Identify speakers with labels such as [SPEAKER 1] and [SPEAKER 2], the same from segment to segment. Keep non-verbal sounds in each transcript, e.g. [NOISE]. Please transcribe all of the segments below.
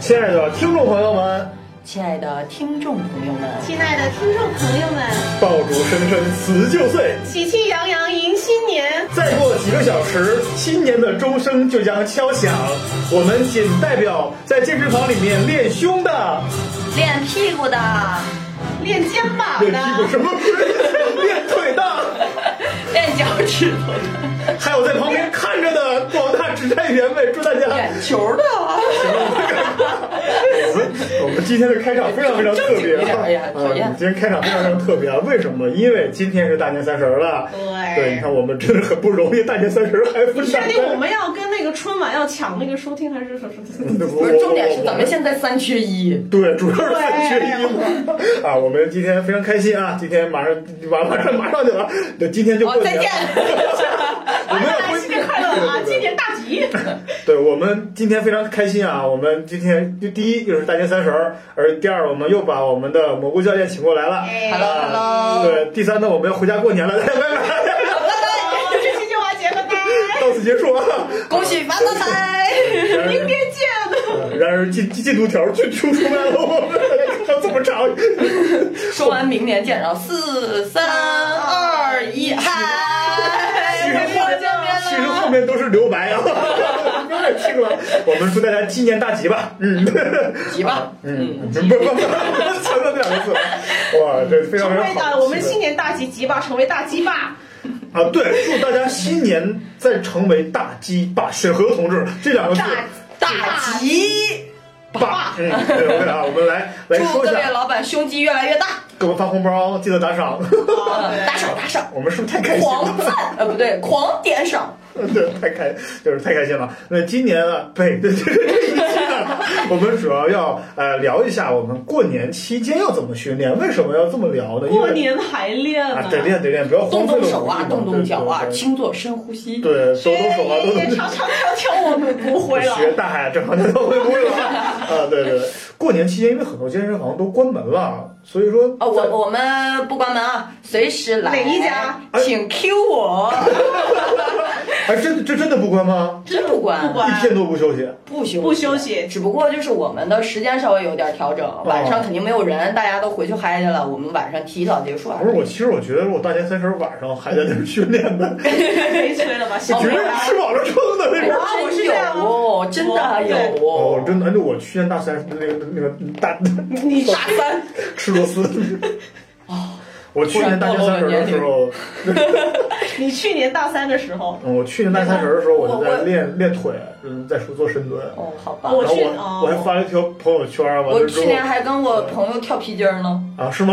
[SPEAKER 1] 亲爱的听众朋友们，
[SPEAKER 2] 亲爱的听众朋友们，
[SPEAKER 3] 亲爱的听众朋友们，
[SPEAKER 1] 爆竹声声辞旧岁，
[SPEAKER 3] 喜气洋洋迎新年。
[SPEAKER 1] 再过几个小时，新年的钟声就将敲响。我们仅代表在健身房里面练胸的、
[SPEAKER 2] 练屁股的，
[SPEAKER 3] 练肩膀
[SPEAKER 1] 练屁股
[SPEAKER 3] 的，
[SPEAKER 1] 什么鬼、练腿的，
[SPEAKER 2] 练脚趾头的，
[SPEAKER 1] 还有在旁边看着的广大指战员们，祝大家！
[SPEAKER 2] 练球的，啊
[SPEAKER 1] 我们今天的开场非常非常特别
[SPEAKER 2] 正经一点
[SPEAKER 1] 啊！
[SPEAKER 2] 哎呀
[SPEAKER 1] 嗯
[SPEAKER 2] 讨厌
[SPEAKER 1] 今天开场非常非常特别啊！为什么呢？因为今天是大年三十儿了。
[SPEAKER 3] 对
[SPEAKER 1] 对，你看我们真的很不容易，大年三十儿还不
[SPEAKER 3] 你确
[SPEAKER 1] 上
[SPEAKER 3] 定
[SPEAKER 1] 班
[SPEAKER 3] 我们要跟那个春晚要抢那个收听还是什么什么？
[SPEAKER 1] 不
[SPEAKER 2] [LAUGHS] 不是重点是咱们现在三缺 [LAUGHS] 一，
[SPEAKER 1] 对，主要是三缺一嘛。啊，我们今天非常开心啊！今天马上马马上马上就了，对，今天就过
[SPEAKER 2] 哦，
[SPEAKER 1] 年
[SPEAKER 2] 再
[SPEAKER 1] 了。
[SPEAKER 2] 见。 [LAUGHS]
[SPEAKER 1] 我们要
[SPEAKER 3] 大家
[SPEAKER 1] 恢
[SPEAKER 3] 新
[SPEAKER 1] 复
[SPEAKER 3] 年快乐啊！
[SPEAKER 1] 对对对
[SPEAKER 3] 今年大吉！
[SPEAKER 1] 对我们今天非常开心啊！我们今天就第一就是大年三十儿，而第二我们又把我们的蘑菇教练请过来了。啊
[SPEAKER 3] 哎
[SPEAKER 2] Hello，Hello
[SPEAKER 1] 对，第三呢，我们要回家过年了， [LAUGHS] 拜拜，
[SPEAKER 3] 好这期就完结了，拜拜，
[SPEAKER 1] 到此结束啊！
[SPEAKER 2] 恭喜发大财！
[SPEAKER 1] 然而
[SPEAKER 3] 明天见。
[SPEAKER 1] 呃然而进进度条却出出来了，我们 [LAUGHS] 要这么长。
[SPEAKER 2] 说完明年见，然后四三二一，嗨，
[SPEAKER 1] 其实后
[SPEAKER 2] 又
[SPEAKER 1] 面
[SPEAKER 2] 见面
[SPEAKER 1] 其实
[SPEAKER 2] 了。
[SPEAKER 1] 后面都是留白啊， [LAUGHS] 不要听了。我们祝大家鸡年大吉吧，嗯，
[SPEAKER 2] 急吧，
[SPEAKER 1] 嗯，不不不，强调这两个字， [LAUGHS] 哇，这非常
[SPEAKER 3] 成
[SPEAKER 1] 非
[SPEAKER 3] 为
[SPEAKER 1] 常好
[SPEAKER 3] 的，。我们新年大吉吉吧，成为大鸡吧。
[SPEAKER 1] 啊，对，祝大家新年再成为大鸡霸，审核同志这两个字，
[SPEAKER 3] 大
[SPEAKER 2] 大吉！
[SPEAKER 1] 霸，嗯，对对啊，我们
[SPEAKER 2] [LAUGHS]
[SPEAKER 1] 来来
[SPEAKER 2] 祝
[SPEAKER 1] 说一
[SPEAKER 2] 各位
[SPEAKER 1] 下，
[SPEAKER 2] 老板胸肌越来越大，
[SPEAKER 1] 给我们发红包，记得打赏， [LAUGHS]
[SPEAKER 2] 打赏打赏，
[SPEAKER 1] 我们是不是太开心
[SPEAKER 2] 狂
[SPEAKER 1] 了？
[SPEAKER 2] 赞，呃不对，狂点赏。
[SPEAKER 1] [LAUGHS] 对，太开就是太开心了。那今年啊，呸，对对对，这一期
[SPEAKER 2] [LAUGHS]
[SPEAKER 1] 呢，我们主要要呃聊一下我们过年期间要怎么训练，为什么要这么聊呢？因为
[SPEAKER 3] 过年还练
[SPEAKER 1] 啊，
[SPEAKER 3] 呢，
[SPEAKER 1] 得练得练，不要
[SPEAKER 2] 动
[SPEAKER 1] 荒废了
[SPEAKER 2] 动手
[SPEAKER 1] 武
[SPEAKER 2] 啊，
[SPEAKER 1] 艺嘛
[SPEAKER 2] 动动脚啊，
[SPEAKER 1] 对
[SPEAKER 2] 轻做深呼吸。
[SPEAKER 1] [LAUGHS] 对对，手动手啊，动动
[SPEAKER 3] 唱唱跳跳，我们不会了。
[SPEAKER 1] 学大海这方面都会不会了啊？对对，对过年期间因为很多健身房都关门了，所以说
[SPEAKER 2] 哦，我我们不关门啊，随时来。哎
[SPEAKER 3] 哪一家？
[SPEAKER 2] 请 Q 我。
[SPEAKER 1] 哎，真的这真的不关吗？
[SPEAKER 2] 真不关，
[SPEAKER 3] 不关
[SPEAKER 1] 一天都不休息。
[SPEAKER 2] 不休
[SPEAKER 3] 不休息
[SPEAKER 2] 只不过就是我们的时间稍微有点调整，晚上肯定没有人，大家都回去嗨去了，我们晚上提早结束啊
[SPEAKER 1] 不。是我，其实我觉得我大年三十晚上还在那儿训练呢，
[SPEAKER 3] 没催了吧？
[SPEAKER 1] 我
[SPEAKER 3] 辛
[SPEAKER 1] 绝
[SPEAKER 3] 苦
[SPEAKER 1] 对
[SPEAKER 3] 了
[SPEAKER 1] 是吃饱了撑的那种。
[SPEAKER 2] 啊，我是有，真的有，
[SPEAKER 1] 哦，真的，哎，我去年大三那个那个大 [LAUGHS]
[SPEAKER 2] 你大三，
[SPEAKER 1] 吃螺丝。我去年大年三十的时候，
[SPEAKER 3] 你去年大三的时候，
[SPEAKER 1] 嗯我去年大年三十的时候，我就在练练腿，嗯，在做深蹲。
[SPEAKER 2] 哦，好吧。
[SPEAKER 3] 我
[SPEAKER 1] 然后
[SPEAKER 3] 去
[SPEAKER 1] 我
[SPEAKER 3] 哦
[SPEAKER 1] 我还发了一条朋友圈，完
[SPEAKER 2] 我
[SPEAKER 1] 了之
[SPEAKER 2] 去
[SPEAKER 1] 后
[SPEAKER 2] 年还跟我朋友跳皮筋儿呢，
[SPEAKER 1] 啊，
[SPEAKER 3] [LAUGHS]
[SPEAKER 1] 是吗？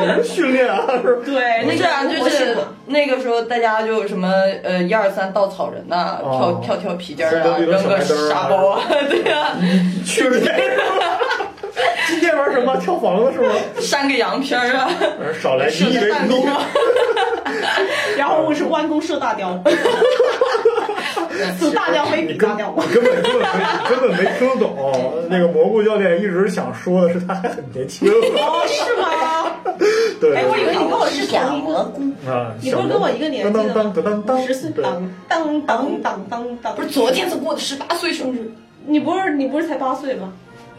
[SPEAKER 1] 也是训练啊，是吧
[SPEAKER 3] 对，哎那
[SPEAKER 2] 是啊，
[SPEAKER 3] 个
[SPEAKER 2] 就
[SPEAKER 3] 我去
[SPEAKER 2] 是
[SPEAKER 3] 过。
[SPEAKER 2] 那个时候大家就什么呃一二三稻草人呐、
[SPEAKER 1] 哦
[SPEAKER 2] 跳跳跳皮筋儿啊，
[SPEAKER 1] 红灯绿灯
[SPEAKER 2] 扔个
[SPEAKER 1] 小白灯儿啊
[SPEAKER 2] 沙包啊， [LAUGHS] 对啊，
[SPEAKER 1] 训练。
[SPEAKER 3] [LAUGHS]
[SPEAKER 1] 今天玩什么？跳房子是吗？
[SPEAKER 2] 扇个洋片儿啊，
[SPEAKER 1] 呃少来，
[SPEAKER 2] 射
[SPEAKER 1] 你以
[SPEAKER 2] 个
[SPEAKER 1] 为
[SPEAKER 2] 弹
[SPEAKER 1] 你
[SPEAKER 2] 弓啊。
[SPEAKER 3] 然后我是弯弓射
[SPEAKER 2] [LAUGHS]
[SPEAKER 3] 大雕，此大雕非彼
[SPEAKER 1] 你根
[SPEAKER 3] 大
[SPEAKER 1] 你
[SPEAKER 3] 雕。
[SPEAKER 1] 根本根本没根本没听懂、那个蘑菇教练一直想说的是他还很年轻。
[SPEAKER 3] 哦，是吗？
[SPEAKER 1] 对，
[SPEAKER 3] 哎，我以为你跟我是
[SPEAKER 2] 小
[SPEAKER 3] 同一
[SPEAKER 2] 蘑
[SPEAKER 3] 个，
[SPEAKER 2] 菇，
[SPEAKER 1] 啊，
[SPEAKER 3] 你不是跟我一个年纪
[SPEAKER 1] 当
[SPEAKER 3] 的
[SPEAKER 1] 当
[SPEAKER 3] 吗？
[SPEAKER 1] 当当当，
[SPEAKER 3] 十四，啊
[SPEAKER 1] 对
[SPEAKER 3] 当当当当当当，
[SPEAKER 2] 不是昨天才过的十八岁生日
[SPEAKER 3] 你不是你不是才八岁吗？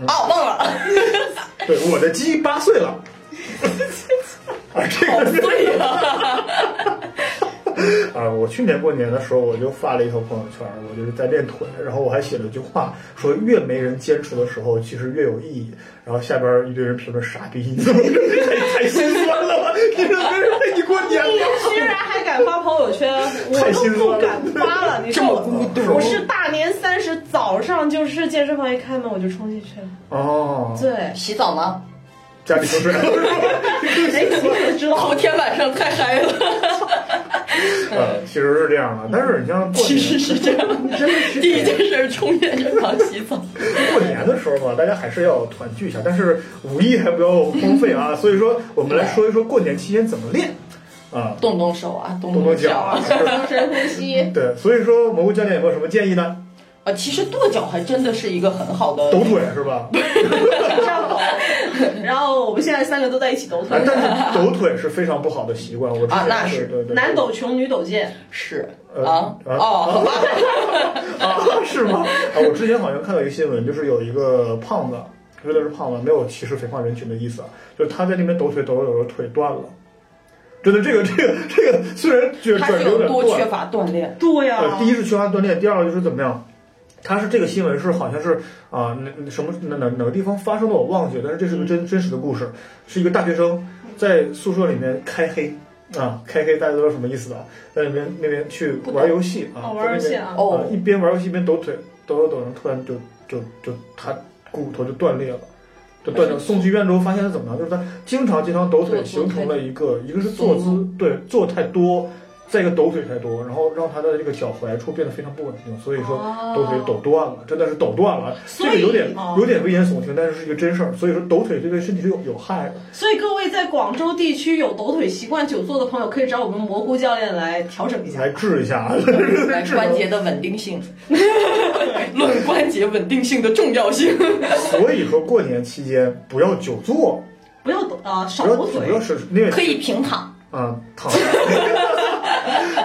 [SPEAKER 2] 啊，忘了，
[SPEAKER 1] 对，我的鸡八岁
[SPEAKER 3] [LAUGHS]
[SPEAKER 1] 了。啊，这
[SPEAKER 2] [LAUGHS] 好
[SPEAKER 3] 哦
[SPEAKER 1] 个是
[SPEAKER 2] 碎呀、
[SPEAKER 1] [LAUGHS] 啊，我去年过年的时候，我就发了一条朋友圈，我就是在练腿，然后我还写了一句话，说越没人坚持的时候，其实越有意义。然后下边一堆人评论傻逼，你怎么太太心酸了吧？你怎么没人陪你过
[SPEAKER 2] 哎
[SPEAKER 1] 年
[SPEAKER 3] 你
[SPEAKER 1] 了？
[SPEAKER 3] 居然还敢发朋友圈，我都不敢发了。你
[SPEAKER 2] 这
[SPEAKER 3] 说
[SPEAKER 2] 么
[SPEAKER 3] 我
[SPEAKER 2] 孤独
[SPEAKER 3] 我是大年三十早上，就是健身房一开门我就冲进去了。
[SPEAKER 1] 哦，
[SPEAKER 3] 对，
[SPEAKER 2] [LAUGHS] 洗澡吗？
[SPEAKER 1] 家里都是。 [LAUGHS]
[SPEAKER 3] 哎，你也知道
[SPEAKER 2] 头天晚上太嗨了，
[SPEAKER 1] 呃，其实是这样的，但是你像过
[SPEAKER 2] 其实
[SPEAKER 1] 年
[SPEAKER 2] 是这样的。 [LAUGHS] 第一件事儿冲健身房洗澡，
[SPEAKER 1] 过年的时候嘛，大家还是要团聚一下，但是五一还不要荒废啊。所以说，我们来说一说过年期间怎么练啊，
[SPEAKER 2] 动动手啊，动
[SPEAKER 1] 动动
[SPEAKER 2] 脚
[SPEAKER 1] 脚啊。 [LAUGHS]
[SPEAKER 2] 啊。
[SPEAKER 1] 是吧
[SPEAKER 2] [LAUGHS]
[SPEAKER 3] 深呼吸。
[SPEAKER 1] 对，所以说蘑菇教练有没有什么建议呢？
[SPEAKER 2] 啊，其实跺脚还真的是一个很好的
[SPEAKER 1] 抖腿是吧？
[SPEAKER 3] 往上抖。然后我们现在三个都在一起抖腿
[SPEAKER 1] 哎，，但是抖腿是非常不好的习惯，我之前
[SPEAKER 2] 啊那是
[SPEAKER 1] 对对对
[SPEAKER 3] 男抖穷，女抖贱。
[SPEAKER 2] 是
[SPEAKER 1] 呃
[SPEAKER 2] 啊
[SPEAKER 1] 啊
[SPEAKER 2] 哦，好吧，
[SPEAKER 1] 啊， [LAUGHS] 是吗？啊，我之前好像看到一个新闻，就是有一个胖子，真的是胖子，没有歧视肥胖人群的意思啊，就是他在那边抖腿抖着抖着腿断了，真的，这个这个这个虽然觉
[SPEAKER 2] 他
[SPEAKER 1] 转
[SPEAKER 2] 是
[SPEAKER 1] 折有
[SPEAKER 2] 有
[SPEAKER 1] 点
[SPEAKER 2] 多
[SPEAKER 1] 断
[SPEAKER 2] 缺，乏锻炼？
[SPEAKER 3] 对呀、
[SPEAKER 1] 呃，第一是缺乏锻炼，第二个就是怎么样？他是这个新闻是好像是啊、哪哪什么哪哪哪个地方发生的我忘记了，但是这
[SPEAKER 3] 嗯
[SPEAKER 1] 是个真真实的故事，是一个大学生在宿舍里面开黑啊，开黑大家都知道什么意思啊，在那边那边去玩游戏啊，在
[SPEAKER 3] 哦，玩游
[SPEAKER 1] 那边
[SPEAKER 3] 戏啊，
[SPEAKER 1] 哦
[SPEAKER 2] 哦，
[SPEAKER 1] 一边玩游戏一边抖腿，抖着抖着，突然就就就他骨头就断裂了，就断掉。送去医院之后发现他怎么了？就是他经常经常抖腿，
[SPEAKER 2] 坐
[SPEAKER 1] 形成了一个一个是坐姿对坐太多，再一个抖腿太多，然后让他的这个脚踝处变得非常不稳定，所以说。抖腿抖断了，真的是抖断了，这
[SPEAKER 3] 哦所
[SPEAKER 1] 个
[SPEAKER 3] 以
[SPEAKER 1] 有点
[SPEAKER 3] 哦
[SPEAKER 1] 有点危言耸听，但是是一个真事儿。所以说抖腿对对身体是有有害的。
[SPEAKER 3] 所以各位在广州地区有抖腿习惯久坐的朋友，可以找我们蘑菇教练来调整一下
[SPEAKER 1] 来。治一下，啊
[SPEAKER 2] 来
[SPEAKER 1] 治
[SPEAKER 2] 关节的稳定性，论关节稳定性的重要性。
[SPEAKER 1] [LAUGHS] 所以说过年期间不要久坐，
[SPEAKER 3] 不要抖啊、少
[SPEAKER 1] 不要
[SPEAKER 3] 抖
[SPEAKER 1] 不
[SPEAKER 3] 腿
[SPEAKER 1] 要。是那个
[SPEAKER 2] 可以平躺，
[SPEAKER 1] 啊， [LAUGHS] 躺着。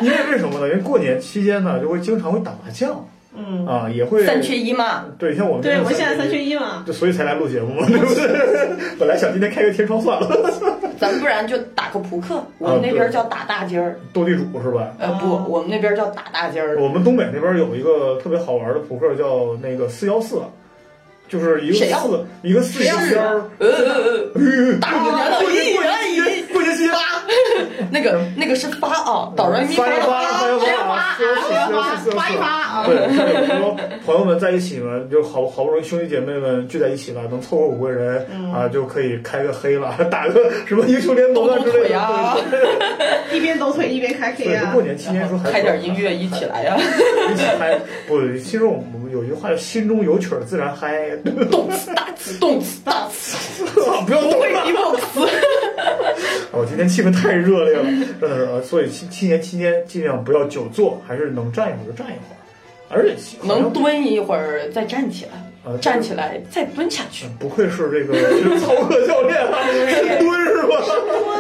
[SPEAKER 1] 因为为什么呢？因为过年期间呢，就会经常会打麻将
[SPEAKER 3] 嗯，
[SPEAKER 1] 啊，也会
[SPEAKER 2] 三缺一嘛。
[SPEAKER 1] 对，像我们
[SPEAKER 3] 对，我们
[SPEAKER 1] 们
[SPEAKER 3] 现在三缺一嘛。
[SPEAKER 1] 就所以才来录节目嘛，对不对？ [LAUGHS] 本来想今天开个天窗算了，
[SPEAKER 2] 咱不然就打个扑克，我
[SPEAKER 1] 啊
[SPEAKER 2] 们那边叫打大尖儿，
[SPEAKER 1] 斗地主是吧？
[SPEAKER 2] 呃
[SPEAKER 3] 哦
[SPEAKER 2] 不，我们那边叫打大尖儿。
[SPEAKER 1] 我们东北那边有一个特别好玩的扑克，叫那个四幺四，就是一个
[SPEAKER 2] 谁呀
[SPEAKER 1] 四一个四一个
[SPEAKER 2] 是
[SPEAKER 1] 尖
[SPEAKER 2] 啊 [LAUGHS]
[SPEAKER 1] 儿，
[SPEAKER 2] 呃呃呃，
[SPEAKER 1] 哎
[SPEAKER 2] 大过年的一人一
[SPEAKER 1] 过年期间
[SPEAKER 2] 那个那个是发啊，导人咪
[SPEAKER 1] 嗯发一发，发一
[SPEAKER 2] 谁
[SPEAKER 1] 发啊，四幺四，四幺四，四幺
[SPEAKER 3] 发一
[SPEAKER 1] 四。
[SPEAKER 3] 发啊！
[SPEAKER 1] 对，像有时候朋友们在一起呢，就好好不容易兄弟姐妹们聚在一起了，能凑合五个人、
[SPEAKER 3] 嗯
[SPEAKER 1] 啊，就可以开个黑了， [LAUGHS] 打个什么英雄联盟啊
[SPEAKER 3] 哦
[SPEAKER 1] 之类
[SPEAKER 2] 抖抖腿
[SPEAKER 1] 的。
[SPEAKER 2] 啊
[SPEAKER 3] 一边抖腿一边开 K
[SPEAKER 1] 对，
[SPEAKER 3] 啊
[SPEAKER 1] 过！年期间说还是
[SPEAKER 2] 开点音乐一起来
[SPEAKER 1] [LAUGHS]
[SPEAKER 2] 呀，
[SPEAKER 1] 一起嗨。不，其实我们有一句话叫“心中有曲儿自然嗨 [LAUGHS]
[SPEAKER 2] 动次打次，动次打次，”，
[SPEAKER 1] 不要
[SPEAKER 2] 不
[SPEAKER 1] 懂
[SPEAKER 2] 会
[SPEAKER 1] 了。
[SPEAKER 2] 比我次。
[SPEAKER 1] 我、今天气氛太热烈了，真的是啊。所以新新年期间尽量不要久坐，还是能站一会儿就站一会儿，而且好像
[SPEAKER 2] 能蹲一会儿再站起
[SPEAKER 1] 呃
[SPEAKER 2] 来，站起来再蹲下去，
[SPEAKER 1] 不愧是这个操课教练啊，深蹲是吧？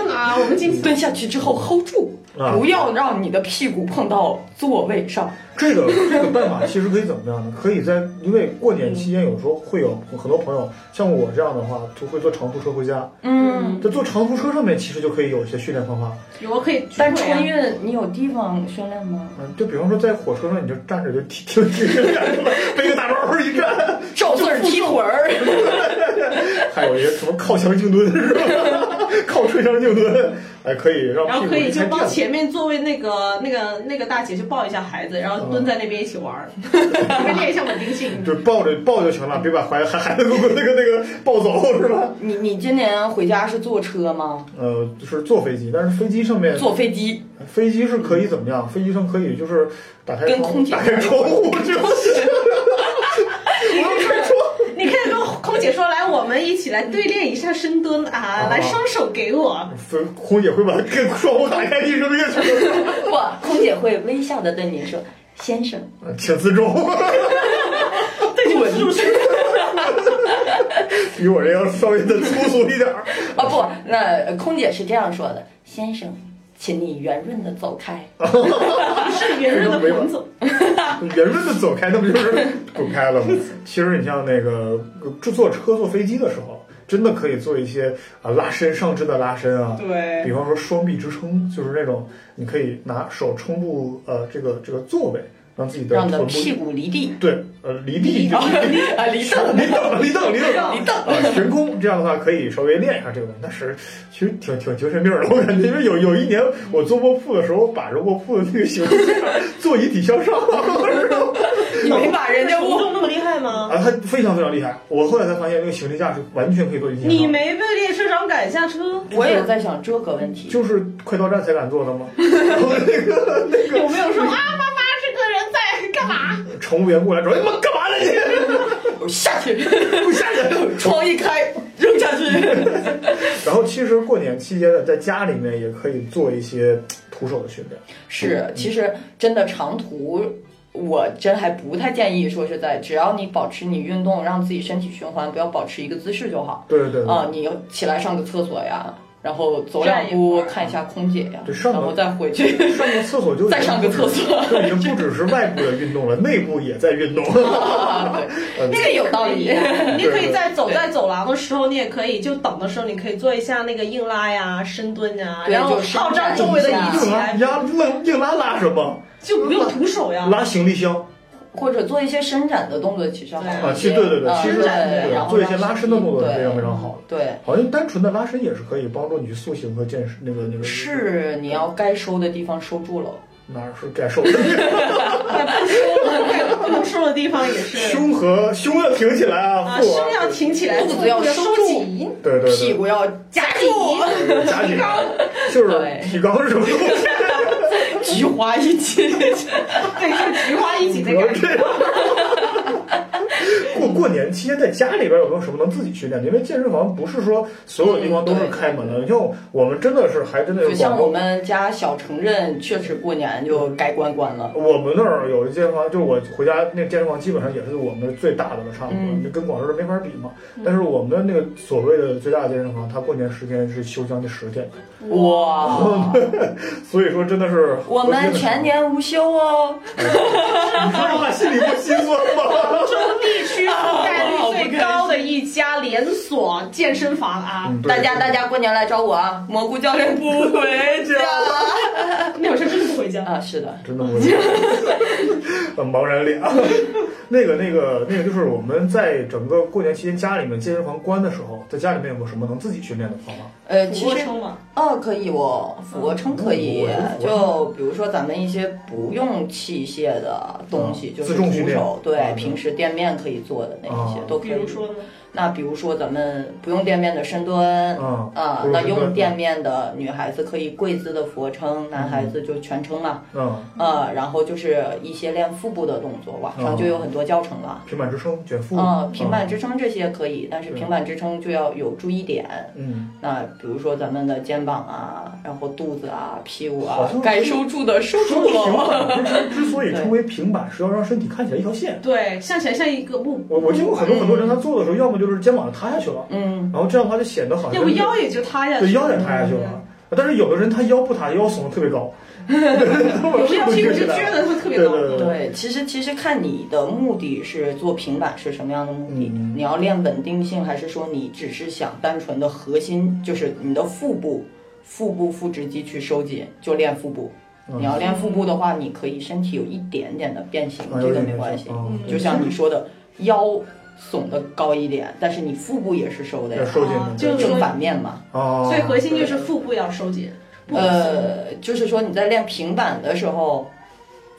[SPEAKER 3] 蹲啊，我们进
[SPEAKER 2] 蹲下去之后 hold 住，
[SPEAKER 1] 啊
[SPEAKER 2] 不要让你的屁股碰到座位上。
[SPEAKER 1] 这个这个办法其实可以怎么样呢？可以在因为过年期间有时候会有很多朋友像我这样的话，就会坐长途车回家。
[SPEAKER 2] 嗯，
[SPEAKER 1] 在坐长途车上面，其实就可以有一些训练方法。
[SPEAKER 3] 有我可以
[SPEAKER 2] 但
[SPEAKER 3] 聚会啊
[SPEAKER 2] 春运你有地方训练吗？
[SPEAKER 1] 嗯，就比方说在火车上，你就站着就挺挺挺挺站着吧，背个大包儿一站，
[SPEAKER 2] 赵四儿踢腿儿，
[SPEAKER 1] 还有一个什么靠墙静蹲是吧？靠吹墙静蹲，哎，可以让
[SPEAKER 3] 然
[SPEAKER 1] 屁
[SPEAKER 3] 后
[SPEAKER 1] 股
[SPEAKER 3] 可以
[SPEAKER 1] 离
[SPEAKER 3] 就
[SPEAKER 1] 开
[SPEAKER 3] 帮
[SPEAKER 1] 垫子。
[SPEAKER 3] 前面座位那个那个那个大姐去抱一下孩子，然后蹲在那边一起玩
[SPEAKER 1] [LAUGHS]
[SPEAKER 3] 儿，会练一下稳定性。
[SPEAKER 1] 就抱着抱就行了，别把怀孩孩子给我那个那个抱走是吧？
[SPEAKER 2] 你你今年回家是坐车吗？
[SPEAKER 1] 呃，就是坐飞机，但是飞机上面
[SPEAKER 2] 坐飞机，
[SPEAKER 1] 飞机是可以怎么样？飞机上可以就是打开
[SPEAKER 2] 跟
[SPEAKER 1] 窗
[SPEAKER 2] 空姐
[SPEAKER 1] 打开窗户就
[SPEAKER 3] 你可以跟空姐说，来，我们一起来对练一下深蹲啊，来双手给我。
[SPEAKER 1] 飞空姐会把跟窗户打开地扔下去，
[SPEAKER 2] 不，空姐会微笑的对你说：“先生，
[SPEAKER 1] 呃请自重。 [LAUGHS]
[SPEAKER 3] 对，就自助
[SPEAKER 2] [LAUGHS]
[SPEAKER 3] 深蹲。
[SPEAKER 1] 比我这要稍微的粗俗一点儿。
[SPEAKER 2] 啊不，那空姐是这样说的：先生，请你圆润的走开。
[SPEAKER 3] 是圆润的臀走，
[SPEAKER 1] 圆润的走开，那不就是滚开了吗？其实你像那个坐坐车、坐飞机的时候，真的可以做一些啊拉伸上肢的拉伸啊，比
[SPEAKER 3] 对，
[SPEAKER 1] 方说双臂支撑，就是那种你可以拿手撑住呃这个这个座位，让自己的
[SPEAKER 2] 让你的
[SPEAKER 1] 臀部
[SPEAKER 2] 屁股离地。
[SPEAKER 1] 对呃离地就
[SPEAKER 2] 啊，离凳，
[SPEAKER 1] [LAUGHS] 离凳离凳离凳
[SPEAKER 2] 离凳。
[SPEAKER 1] 啊，悬空这样的话可以稍微练一下这个东西，但是其实挺挺精神病的，我感觉，因为有有一年我做卧铺的时候，把着卧铺的那个形状，座椅底向上，然 [LAUGHS] 后
[SPEAKER 2] 你没把人家
[SPEAKER 3] 舞
[SPEAKER 2] 我
[SPEAKER 3] 动那么厉害吗？
[SPEAKER 1] 啊，它非常非常厉害。我后来才发现，那个行李架是完全可以做行李
[SPEAKER 3] 你
[SPEAKER 1] 架的，
[SPEAKER 3] 没被列车长赶下车，
[SPEAKER 2] 我也在想这个问题。
[SPEAKER 1] 就是快到站才敢做的 [LAUGHS] 吗？然后那个那
[SPEAKER 3] 有
[SPEAKER 1] 个
[SPEAKER 3] 没有说啊，妈妈这个人在干嘛？
[SPEAKER 1] 乘务员过来说：“哎妈，干嘛呢你？ [LAUGHS]
[SPEAKER 2] 下去，
[SPEAKER 1] 不下去！”
[SPEAKER 2] 窗一开扔下去。
[SPEAKER 1] 然后其实过年期间呢，在家里面也可以做一些徒手的训练。
[SPEAKER 2] 是，其实真的长途我真还不太建议说是在，只要你保持你运动，让自己身体循环，不要保持一个姿势就好。
[SPEAKER 1] 对对对，
[SPEAKER 2] 啊、你起来上个厕所呀，然后走两
[SPEAKER 3] 站一会
[SPEAKER 2] 步
[SPEAKER 3] 儿啊
[SPEAKER 2] 看一下空姐呀，
[SPEAKER 1] 对上个
[SPEAKER 2] 然后再回 [LAUGHS] 去
[SPEAKER 1] 上个厕所就已经
[SPEAKER 2] 再上个厕所
[SPEAKER 1] 就已经不只是外部的运动了，内部也在
[SPEAKER 2] [LAUGHS]
[SPEAKER 1] 运动。
[SPEAKER 2] 啊，对，
[SPEAKER 1] 嗯
[SPEAKER 2] 这个有道理。
[SPEAKER 3] 你可啊以在走在走廊的时候，你也可以就等的时候，你可以做一下那个硬拉呀、深蹲呀，
[SPEAKER 2] 对
[SPEAKER 3] 然后
[SPEAKER 2] 就伸
[SPEAKER 3] 号召
[SPEAKER 2] 展
[SPEAKER 3] 周围的
[SPEAKER 2] 一下
[SPEAKER 3] 一起
[SPEAKER 1] 硬拉
[SPEAKER 3] 来，
[SPEAKER 1] 压硬硬拉拉什么？
[SPEAKER 3] 就不用徒手
[SPEAKER 2] 啊 [LAUGHS]
[SPEAKER 3] 呀。
[SPEAKER 1] 拉行李箱
[SPEAKER 2] 或者做一些伸展的动作，其实好
[SPEAKER 1] 啊，
[SPEAKER 2] 一
[SPEAKER 1] 其
[SPEAKER 2] 些。
[SPEAKER 1] 实对对对，
[SPEAKER 2] 啊
[SPEAKER 1] 其实
[SPEAKER 2] 对，
[SPEAKER 1] 对
[SPEAKER 2] 然后
[SPEAKER 1] 做一些
[SPEAKER 2] 让
[SPEAKER 1] 拉伸的动作是非常非
[SPEAKER 2] 对
[SPEAKER 1] 常好的。
[SPEAKER 2] 对，
[SPEAKER 1] 好像单纯的拉伸也是可以帮助你塑形和健身，那个那个
[SPEAKER 2] 是你要该收的地方收住了。
[SPEAKER 1] 哪儿是该瘦的？
[SPEAKER 3] 在不收了，在不收的地方也是
[SPEAKER 1] [LAUGHS] 胸和胸要挺起来啊，
[SPEAKER 3] 啊，
[SPEAKER 1] 腹
[SPEAKER 3] 胸要挺起来，
[SPEAKER 2] 肚子要收
[SPEAKER 3] 收
[SPEAKER 2] 住
[SPEAKER 3] 紧，
[SPEAKER 1] 对对对，
[SPEAKER 2] 屁股要夹住，
[SPEAKER 1] 对夹紧，啊就是
[SPEAKER 2] [LAUGHS] 对
[SPEAKER 1] 提高什么东西？
[SPEAKER 3] [LAUGHS]
[SPEAKER 2] 菊花一紧。
[SPEAKER 3] [LAUGHS] 对，就菊花一起那
[SPEAKER 1] 不要
[SPEAKER 3] 个。
[SPEAKER 1] 这样。过过年期间在家里边有没有什么能自己训练的？因为健身房不是说所有地方都是开门的，像我们真的是还真的有
[SPEAKER 2] 就
[SPEAKER 1] 广
[SPEAKER 2] 像我
[SPEAKER 1] 州。
[SPEAKER 2] 们家小城镇，确实过年就该关关了。
[SPEAKER 1] 我们那儿有一健身房，就是我回家那健身房基本上也是我们最大的了，差不多，
[SPEAKER 2] 嗯
[SPEAKER 1] 那跟广州是没法比嘛。但是我们的那个所谓的最大的健身房，它过年时间是休将近十天，
[SPEAKER 2] 哇，
[SPEAKER 1] 所以说真的是
[SPEAKER 2] 我们全年无休哦，
[SPEAKER 1] 你说这话心里不心酸
[SPEAKER 2] [LAUGHS]
[SPEAKER 1] 吗？
[SPEAKER 3] 地区覆盖率最高的一家连锁健身房啊！
[SPEAKER 1] 嗯对
[SPEAKER 2] 大家大家过年来找我啊！蘑菇教练不回
[SPEAKER 1] [LAUGHS]
[SPEAKER 2] 家
[SPEAKER 1] 啊
[SPEAKER 3] 那呃会儿是真不回家，
[SPEAKER 2] 啊，是的，
[SPEAKER 1] 真的不行，很茫然脸。 [LAUGHS] 那个、那个、那个，就是我们在整个过年期间家里面健身房关的时候，在家里面有没有什么能自己训练的方法？
[SPEAKER 2] 呃，
[SPEAKER 3] 俯
[SPEAKER 2] 其
[SPEAKER 3] 卧
[SPEAKER 2] 实
[SPEAKER 3] 撑嘛，
[SPEAKER 2] 哦，可以哦，俯卧撑可以
[SPEAKER 1] 嗯，俯卧撑
[SPEAKER 2] 就比如说咱们一些不用器械的东西，
[SPEAKER 1] 嗯
[SPEAKER 2] 就是
[SPEAKER 1] 自重训
[SPEAKER 2] 徒
[SPEAKER 1] 练
[SPEAKER 2] 手，对
[SPEAKER 1] 嗯，
[SPEAKER 2] 平时店面可以做的那一些
[SPEAKER 1] 嗯
[SPEAKER 2] 都可
[SPEAKER 3] 比
[SPEAKER 2] 以。
[SPEAKER 3] 如说呢，
[SPEAKER 2] 那比如说咱们不用垫面的深蹲，
[SPEAKER 1] 嗯
[SPEAKER 2] 啊
[SPEAKER 1] 不用深蹲
[SPEAKER 2] 那用垫面的女孩子可以跪姿的俯卧撑，男孩子就全撑了，
[SPEAKER 1] 嗯，
[SPEAKER 2] 呃，然后就是一些练腹部的动作，网上就有很多教程了。
[SPEAKER 1] 平板支撑、卷腹。啊哦
[SPEAKER 2] 嗯，平板支撑这些可以，但是
[SPEAKER 1] 对
[SPEAKER 2] 平板支撑就要有注意点。
[SPEAKER 1] 嗯，
[SPEAKER 2] 那比如说咱们的肩膀啊，然后肚子啊、屁股
[SPEAKER 1] 好
[SPEAKER 2] 啊
[SPEAKER 1] 像是，
[SPEAKER 2] 该收住的收
[SPEAKER 1] 说
[SPEAKER 2] 住
[SPEAKER 1] 平
[SPEAKER 2] 了。
[SPEAKER 1] 板支撑之所以称为平板，是要让身体看起来一条线。
[SPEAKER 3] 对，向前像一个木，
[SPEAKER 1] 我我见过很多很多人，他做的时候，要么就是肩膀塌下去了，
[SPEAKER 2] 嗯，
[SPEAKER 1] 然后这样的话就显得好像
[SPEAKER 3] 要不腰也就塌下去，
[SPEAKER 1] 对腰也塌下去了。但是有的人他腰不塌，腰耸得特别高， [LAUGHS]
[SPEAKER 3] 有
[SPEAKER 1] 有
[SPEAKER 3] 时候屁股就撅的会特别高。
[SPEAKER 1] 对对
[SPEAKER 2] 对，其实其实看你的目的是做平板是什么样的目的，
[SPEAKER 1] 嗯
[SPEAKER 2] 你要练稳定性，还是说你只是想单纯的核心，就是你的腹部、腹部腹直肌去收紧，就练腹部。
[SPEAKER 1] 嗯
[SPEAKER 2] 你要练腹部的话，你可以身体有一点点的变形，
[SPEAKER 1] 啊
[SPEAKER 2] 这个没关系。
[SPEAKER 1] 嗯
[SPEAKER 2] 就像你说的，腰耸的高一点，但是你腹部也是收的
[SPEAKER 1] 要
[SPEAKER 2] 呀，
[SPEAKER 1] 收紧
[SPEAKER 3] 啊
[SPEAKER 1] 的，
[SPEAKER 3] 就是
[SPEAKER 2] 正反面嘛。
[SPEAKER 1] 哦，
[SPEAKER 3] 最核心就是腹部要收紧，不能松，
[SPEAKER 2] 呃，就是说你在练平板的时候，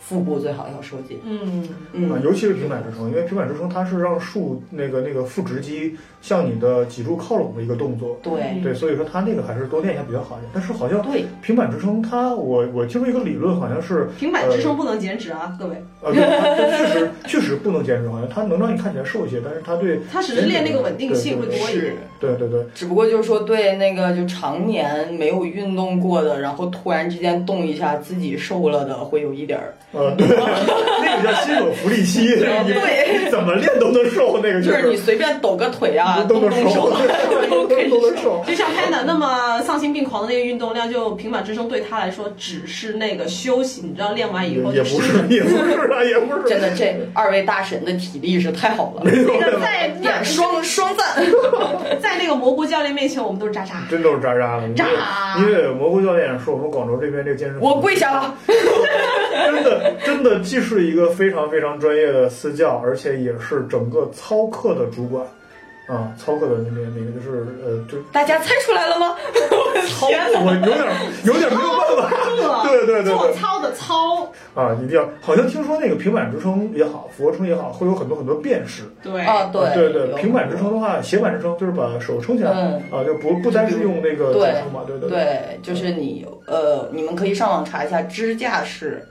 [SPEAKER 2] 腹部最好要收紧。
[SPEAKER 3] 嗯，
[SPEAKER 1] 啊
[SPEAKER 2] 嗯，
[SPEAKER 1] 尤其是平板支撑，因为平板支撑它是让竖那个那个腹直肌向你的脊柱靠拢的一个动作，
[SPEAKER 2] 对。
[SPEAKER 1] 对，所以说它那个还是多练一下比较好一点。但是好像
[SPEAKER 2] 对，
[SPEAKER 1] 平板支撑它，我我听说一个理论，好像是
[SPEAKER 3] 平板支撑不能减脂啊，各位，
[SPEAKER 1] 呃，对它它确实确实不能减脂，好像它能让你看起来瘦一些，但是它对
[SPEAKER 3] 它只是练那个稳定性会多一
[SPEAKER 2] 是
[SPEAKER 3] 点。，
[SPEAKER 1] 对对对，
[SPEAKER 2] 只不过就是说对那个就常年没有运动过的，然后突然之间动一下自己瘦了的，会有一点儿，
[SPEAKER 1] 呃， [LAUGHS] 对，那个叫新手福利期， [LAUGHS]
[SPEAKER 2] 对
[SPEAKER 1] 你怎么练都能瘦，那个
[SPEAKER 2] 就
[SPEAKER 1] 就是
[SPEAKER 2] 你随便抖个腿啊，
[SPEAKER 1] 都
[SPEAKER 2] 动
[SPEAKER 1] 能
[SPEAKER 2] 动手
[SPEAKER 1] 瘦
[SPEAKER 2] 啊， [LAUGHS] 都可以
[SPEAKER 1] 都能
[SPEAKER 2] 瘦。
[SPEAKER 1] 瘦。
[SPEAKER 3] 就像 Panda 那么丧心病狂的那个运动量，就平板支撑对他来说只是那个休息，你知道练完以后
[SPEAKER 1] 也
[SPEAKER 3] 就
[SPEAKER 1] 不
[SPEAKER 3] 是
[SPEAKER 1] 是，也不是啊，也不是。
[SPEAKER 2] [LAUGHS] 真的，这二位大神的体力是太好了，
[SPEAKER 3] 那个在
[SPEAKER 2] 点双双赞。
[SPEAKER 3] 在那个蘑菇教练面前，我们都是渣渣。
[SPEAKER 1] 真都是渣渣的，
[SPEAKER 3] 渣
[SPEAKER 1] 因为蘑菇教练是我们广州这边这个健身房，
[SPEAKER 2] 我跪下了，
[SPEAKER 1] 真的真的既是一个非常非常专业的私教，而且也是整个操课的主管，啊，操课的那个那个就是呃，就
[SPEAKER 2] 大家猜出来了 [LAUGHS] 吗？
[SPEAKER 1] 操，我有点有点没有办
[SPEAKER 3] [LAUGHS]
[SPEAKER 1] 法，
[SPEAKER 3] 这
[SPEAKER 1] 对对对
[SPEAKER 3] 做
[SPEAKER 1] 对，
[SPEAKER 3] 操的操，
[SPEAKER 1] 啊，一定要，好像听说那个平板支撑也好，俯卧撑也好，会有很多很多变式。
[SPEAKER 3] 对
[SPEAKER 2] 啊，
[SPEAKER 1] 啊对对，
[SPEAKER 2] 有
[SPEAKER 1] 平板支撑的话，斜板支撑就是把手撑起来，
[SPEAKER 2] 嗯
[SPEAKER 1] 啊，就不不单是用那个支
[SPEAKER 2] 对
[SPEAKER 1] 撑嘛，对对对，
[SPEAKER 2] 对，就是你呃，你们可以上网查一下支架式，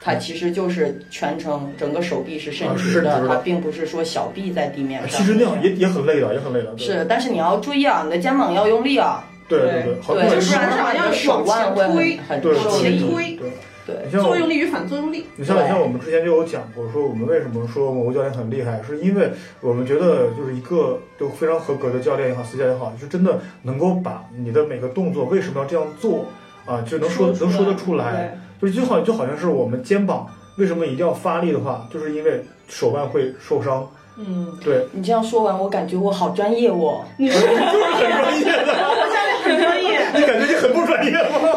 [SPEAKER 2] 它其实就是全程整个手臂是伸
[SPEAKER 1] 嗯啊是
[SPEAKER 2] 直的，
[SPEAKER 1] 伸直的
[SPEAKER 2] 它并不是说小臂在地面
[SPEAKER 1] 啊
[SPEAKER 2] 上。
[SPEAKER 1] 其实那样也也很累的，也很累的，对
[SPEAKER 2] 是，但是你要注意啊，你的肩膀要用力啊，
[SPEAKER 1] 对对对，好多
[SPEAKER 2] 对，
[SPEAKER 1] 人
[SPEAKER 3] 就是
[SPEAKER 2] 不然的话你的手腕会很很
[SPEAKER 1] 对
[SPEAKER 2] 受
[SPEAKER 3] 往前
[SPEAKER 2] 力。
[SPEAKER 3] 推
[SPEAKER 1] 对，
[SPEAKER 2] 对，
[SPEAKER 1] 你像我
[SPEAKER 3] 作用力与反作用力。
[SPEAKER 1] 你像
[SPEAKER 2] 对
[SPEAKER 1] 像我们之前就有讲过，说我们为什么说某个教练很厉害，是因为我们觉得就是一个就非常合格的教练也好，私教也好，就真的能够把你的每个动作为什么要这样做啊，就能说
[SPEAKER 3] 说出
[SPEAKER 1] 能说得
[SPEAKER 3] 来
[SPEAKER 1] 出来，就是就好就好像是我们肩膀为什么一定要发力的话，就是因为手腕会受伤，
[SPEAKER 3] 嗯，
[SPEAKER 1] 对，
[SPEAKER 2] 你这样说完，我感觉我好专业哦。
[SPEAKER 3] 你
[SPEAKER 1] [LAUGHS] 就是是很专业的，
[SPEAKER 3] 我教练很专业。
[SPEAKER 1] 你感觉你很不专业吗？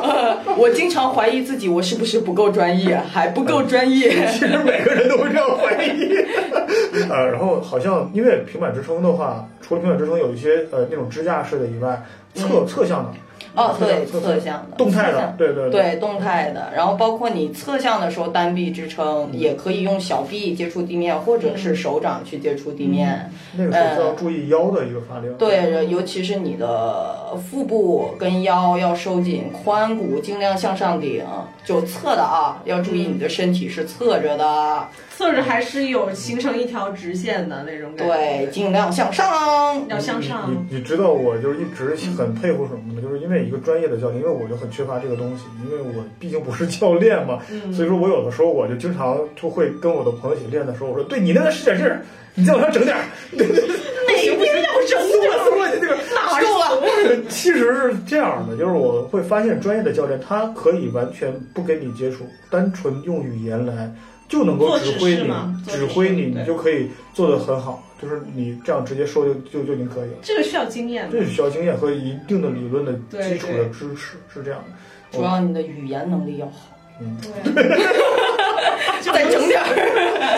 [SPEAKER 2] 我经常怀疑自己，我是不是不够专业，还不够专业。
[SPEAKER 1] [LAUGHS] 其实每个人都会这样怀疑。 [LAUGHS] 呃，然后好像因为平板支撑的话，除了平板支撑有一些呃那种支架式的以外，侧侧向的，
[SPEAKER 2] 哦，对，
[SPEAKER 1] 侧
[SPEAKER 2] 侧向的，
[SPEAKER 1] 动态
[SPEAKER 2] 侧
[SPEAKER 1] 的
[SPEAKER 2] 向，
[SPEAKER 1] 嗯对对
[SPEAKER 2] 对动态的，然后包括你侧向的时候单臂支撑，也可以用小臂接触地面，或者是手掌去接触地面。
[SPEAKER 1] 那个时候就要注意腰的一个发力。，
[SPEAKER 2] 对，尤其是你的腹部跟腰要收紧，髋骨尽量向上顶，就侧的啊，要注意你的身体是侧着的，
[SPEAKER 3] 侧着还是有形成一条直线的那种感
[SPEAKER 2] 对，
[SPEAKER 3] 觉，
[SPEAKER 2] 尽量向上。
[SPEAKER 3] 要向上。啊
[SPEAKER 1] 你你知道我就是一直很佩服什么呢？就是因为一个专业的教练，因为我就很缺乏这个东西，因为我毕竟不是教练嘛，所以说我有的时候我就经常就会跟我的朋友一起练的时候，我说对你那个使点劲儿，你再往上整点儿，对对对，
[SPEAKER 3] 哪边要
[SPEAKER 1] 松 [LAUGHS] 了松了，你这个
[SPEAKER 3] 哪儿了？
[SPEAKER 1] 其实是这样的，就是我会发现专业的教练，他可以完全不跟你接触，单纯用语言来就能够
[SPEAKER 3] 做
[SPEAKER 1] 指
[SPEAKER 3] 指
[SPEAKER 1] 挥
[SPEAKER 3] 示
[SPEAKER 1] 你
[SPEAKER 3] 嘛，做
[SPEAKER 1] 指
[SPEAKER 3] 指
[SPEAKER 1] 挥
[SPEAKER 3] 示
[SPEAKER 1] 你，
[SPEAKER 3] 对
[SPEAKER 1] 你就可以做得很好。就是你这样直接说就就就已经可以了，
[SPEAKER 3] 这个需要经验的
[SPEAKER 1] 这。是需要经验和一定的理论的
[SPEAKER 3] 对
[SPEAKER 1] 基础
[SPEAKER 3] 对
[SPEAKER 1] 的支持，是这样的。
[SPEAKER 2] 主要你的语言能力要好，
[SPEAKER 3] 对，
[SPEAKER 2] [LAUGHS] 再整点儿，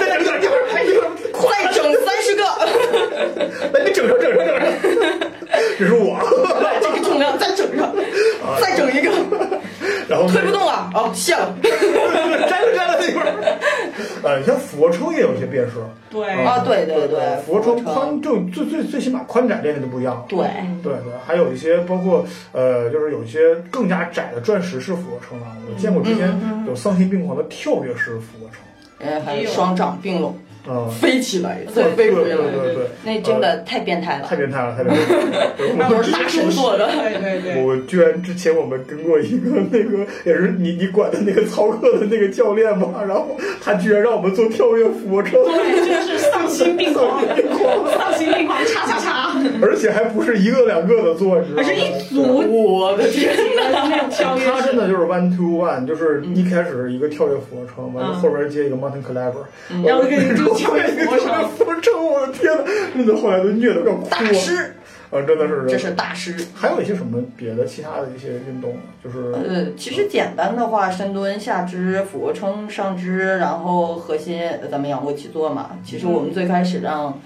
[SPEAKER 1] 再整点，就是
[SPEAKER 2] 再整三十个， [LAUGHS]
[SPEAKER 1] 来，你整上整上整上，这是我，
[SPEAKER 2] 对这个重量再整上，再整一个，
[SPEAKER 1] 然后
[SPEAKER 2] 推不动了，哦，卸了。
[SPEAKER 1] 粘了粘了那块儿。呃，你像俯卧撑也有一些变式。
[SPEAKER 3] 对
[SPEAKER 2] 啊对对对
[SPEAKER 1] 俯卧撑
[SPEAKER 2] 俯卧撑
[SPEAKER 1] 宽就最最最起码宽窄练的就不一样了。
[SPEAKER 2] 对，
[SPEAKER 1] 对对，还有一些包括呃，就是有一些更加窄的钻石式俯卧撑啊，我见过之前
[SPEAKER 2] 嗯
[SPEAKER 1] 有丧心病狂的跳跃式俯卧撑，
[SPEAKER 2] 呃，还有双掌并拢，
[SPEAKER 1] 嗯，
[SPEAKER 2] [LAUGHS] 飞起来，
[SPEAKER 1] 对
[SPEAKER 2] 再飞
[SPEAKER 1] 对
[SPEAKER 2] 回
[SPEAKER 1] 对
[SPEAKER 2] 来，
[SPEAKER 1] 对对，
[SPEAKER 2] 那真的太变态
[SPEAKER 1] [LAUGHS]
[SPEAKER 2] 了
[SPEAKER 1] 太，变态了，太变态
[SPEAKER 2] [LAUGHS]
[SPEAKER 1] 了。对我
[SPEAKER 2] 都
[SPEAKER 1] 们
[SPEAKER 2] 是大神做的。
[SPEAKER 3] 对对对，
[SPEAKER 1] 我居然之前我们跟过一个那个也是你你管的那个操课的那个教练嘛，然后他居然让我们做跳跃俯卧
[SPEAKER 2] [LAUGHS]
[SPEAKER 1] 撑，
[SPEAKER 3] 对，就是丧心病狂，丧心病狂，叉叉叉，
[SPEAKER 1] 而且还不是一个两个的做，你知道吗
[SPEAKER 3] 而是一组
[SPEAKER 2] 我的天！
[SPEAKER 3] 那种跳跃
[SPEAKER 1] 他真
[SPEAKER 3] 式。
[SPEAKER 1] 的就是 one to one，就是一开始是一个跳跃俯卧撑，完了
[SPEAKER 3] 嗯
[SPEAKER 1] 后边接一个 mountain climber，
[SPEAKER 3] 然后跟就跳跃
[SPEAKER 1] 一
[SPEAKER 3] [LAUGHS]
[SPEAKER 1] [LAUGHS] 个
[SPEAKER 3] 俯
[SPEAKER 1] 跳跃
[SPEAKER 3] 卧撑，
[SPEAKER 1] 俯卧撑，我的天呐，真的后来都虐得要哭
[SPEAKER 2] 大
[SPEAKER 1] 啊！
[SPEAKER 2] 师，
[SPEAKER 1] 啊，真的
[SPEAKER 3] 嗯
[SPEAKER 1] 是
[SPEAKER 2] 这是大师。
[SPEAKER 1] 还有一些什么别的其他的一些运动呢，就是
[SPEAKER 2] 呃，其实简单的话，深蹲、下肢、俯卧撑、上肢，然后核心，呃咱们仰卧起坐嘛。其实我
[SPEAKER 1] 嗯
[SPEAKER 2] 们最开始让